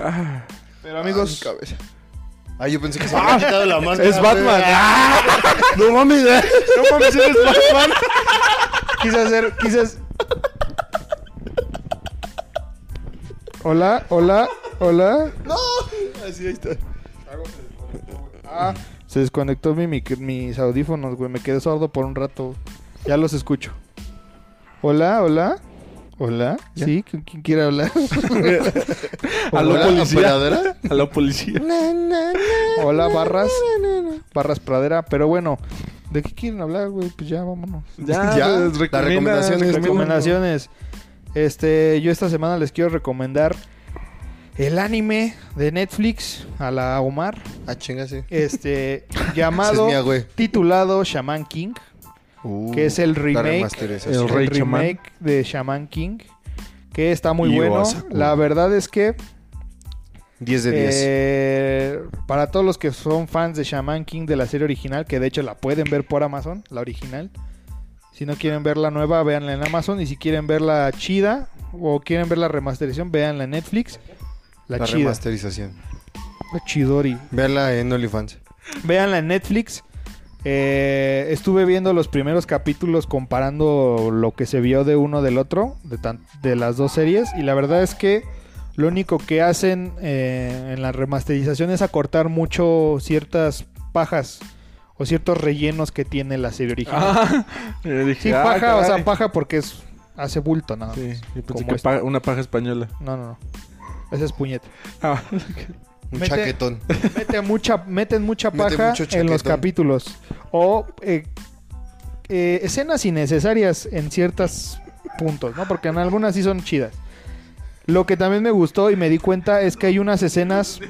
Ah, Pero amigos, Ah, mi cabeza. Ah, yo pensé que se había quitado la máscara. es Batman. güey. Ah. No mames. ¿eh? No mames, eres Batman. quise hacer, quise... hacer- Hola, hola, hola. Así ahí está. Ah, se desconectó mi, mic- mis audífonos, güey. Me quedé sordo por un rato. Ya los escucho. Hola, hola. Hola. Sí, ¿con quién quiere hablar? A lo ¿Operadora? policía. ¿Operadora? A lo policía. hola, Barras. Barras Pradera. Pero bueno, ¿de qué quieren hablar, güey? Pues ya vámonos. Ya, Ya, pues, la recomienda, recomendación es- recomienda. Recomendaciones. Este, yo esta semana les quiero recomendar el anime de Netflix a la Omar. Ah, chingase. Este, Esa es llamado, mía, güey. titulado Shaman King. Uh, que es el la remake, remasterización. el el Rey Chamán. remake de Shaman King, que está muy Y bueno. Oasaku. La verdad es que 10 de 10. eh, para todos los que son fans de Shaman King de la serie original, que de hecho la pueden ver por Amazon, la original. Si no quieren ver la nueva, véanla en Amazon. Y si quieren ver la chida o quieren ver la remasterización, véanla en Netflix. La, la chida. remasterización. La chidori. Verla en OnlyFans. Véanla en Netflix. Eh, estuve viendo los primeros capítulos comparando lo que se vio de uno del otro, de, tan- de las dos series, y la verdad es que lo único que hacen eh, en la remasterización es acortar mucho ciertas pajas o ciertos rellenos que tiene la serie original. Ah, yo dije, sí, ah, paja, o sea, caray. paja porque es, hace bulto nada más. Sí, yo pensé Como que esto. pa- una paja española. No, no, no. Ese es puñete. Ah, Un Mete- chaquetón. Mete mucha, meten mucha Mete paja mucho en los chaquetón. capítulos. O eh, eh, escenas innecesarias en ciertos puntos, ¿no? Porque en algunas sí son chidas. Lo que también me gustó y me di cuenta es que hay unas escenas.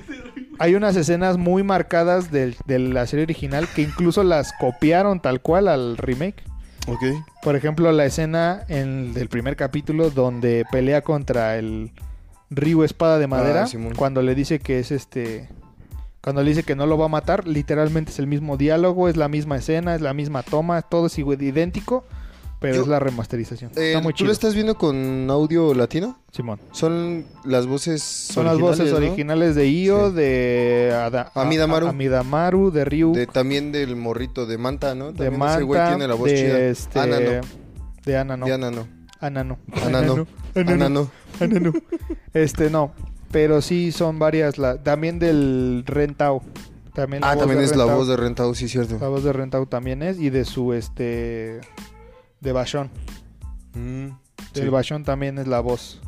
Hay unas escenas muy marcadas del- de la serie original que incluso las copiaron tal cual al remake. Ok. Por ejemplo, la escena en- del primer capítulo donde pelea contra el Ryu Espada de Madera. Ah, Simón. cuando le dice que es este. Cuando le dice que no lo va a matar, literalmente es el mismo diálogo, es la misma escena, es la misma toma, todo es igual- idéntico. pero Yo- es la remasterización. Eh, Está muy ¿Tú chido. lo estás viendo con audio latino? Simón. Son las voces Son las voces originales, originales ¿no? de Io, Sí. de Ada- a- Amidamaru. a- Amidamaru, de Ryu, De- también del morrito de Manta, ¿no? de También Manta, ese güey tiene la voz de chida. este... Ana no. De Ana no. De Ana no. Ana no. Ana no. Ana no. Ana no. Este no. Pero sí son varias. la- También del Rentao. También la Ah, voz también de es la Rentao. voz de Rentado, sí, cierto. La voz de Rentao también es. Y de su este. De Bashon. Mm, Del sí. Bashon también es la voz.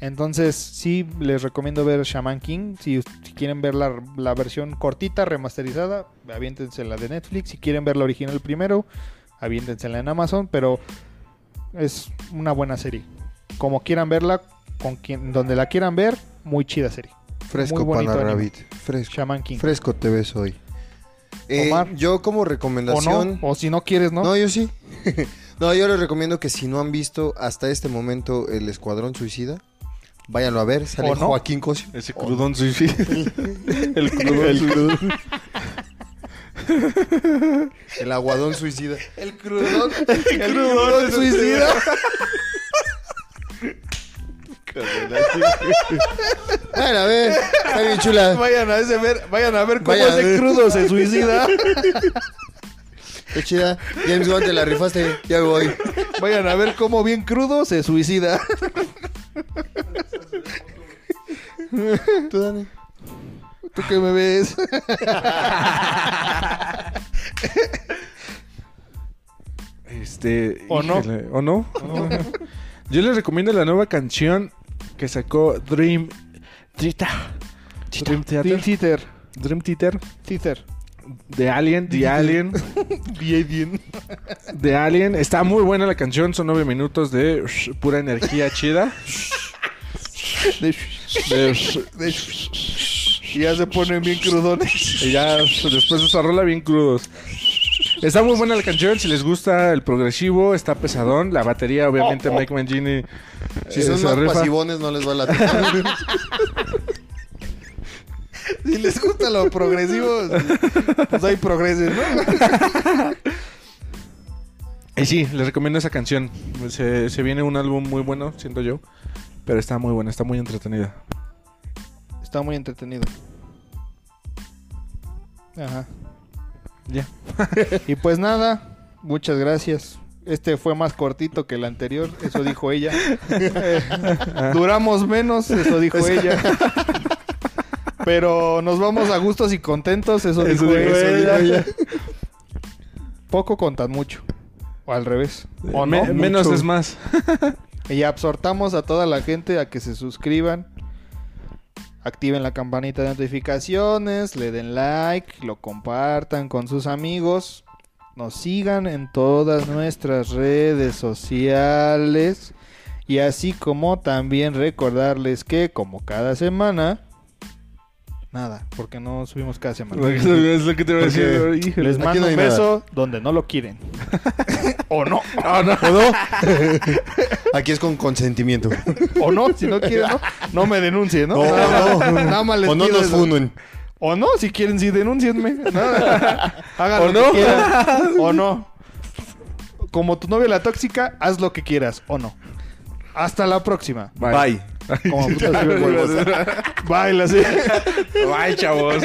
Entonces, sí les recomiendo ver Shaman King. Si, si quieren ver la, la versión cortita, remasterizada, aviéntense la de Netflix. Si quieren ver la original primero, aviéntensela en Amazon. Pero es una buena serie. Como quieran verla, con quien, donde la quieran ver, muy chida serie. Muy Fresco bonito anime. Panarrabbit. Fresco. Shaman King. Fresco te ves hoy. Eh, Omar. yo como O recomendación... no, o si no quieres, ¿no? No, yo sí. no, yo les recomiendo que si no han visto hasta este momento El Escuadrón Suicida, váyanlo a ver. Sale ¿O no? Joaquín Cosio. Ese crudón suicida. el crudón suicida. El aguadón suicida. El crudón. El crudón suicida. bueno, a ver, está bien chula. Vayan a, ese ver, vayan a ver cómo Vayan a ese ver. crudo se suicida. Qué chida. James Gunn, te la rifaste. Ya me voy. Vayan a ver cómo bien crudo se suicida. Tú, Dani. ¿Tú qué me ves? Este. ¿O no? híjole, ¿O no? Yo les recomiendo la nueva canción que sacó Dream Theater. Team Dream Theater. Theater. Dream Theater. Theater. The Alien. The Alien. Bien. The Alien. Está muy buena la canción. Son nueve minutos de ush, pura energía chida. De ush, De- Y ya se ponen bien crudones. Y ya pues, después de esa rola bien crudos. Está muy buena la canción, si les gusta el progresivo, está pesadón. La batería, obviamente, Mike Mangini. Si eh, son se más rifa. pasivones, no les va a la Si les gusta lo progresivo, pues hay progreses, ¿no? Y Eh, sí, les recomiendo esa canción. Se, se viene un álbum muy bueno, siento yo. Pero está muy buena, está muy entretenida. Está muy entretenido. Ajá. Ya. Y pues nada, muchas gracias. Este fue más cortito que el anterior, eso dijo ella. Eh, Duramos menos, eso dijo ella. Pero nos vamos a gustos y contentos, eso, Eso dijo, dijo ella. ella. Poco contan mucho. O al revés. O Eh, Me- no. menos mucho. es más. Y absortamos a toda la gente a que se suscriban. Activen la campanita de notificaciones, le den like, lo compartan con sus amigos, nos sigan en todas nuestras redes sociales y así como también recordarles que como cada semana, nada, porque no subimos cada semana. es lo que te iba a Porque decir. Les Aquí mando no hay un nada. beso donde no lo quieren. o no, Aquí es con consentimiento. o no, si no quieren, no, no me denuncien, ¿no? No, Nada más- no. nada más les O no pido nos eso. funen. O no, si quieren, sí, denúncienme. Nada. Hagan O lo no. que quieran. O no. Como tu novia la tóxica, haz lo que quieras. O no. Hasta la próxima. Bye. Como putas cibergolfos. Baila, sí. Bye, chavos.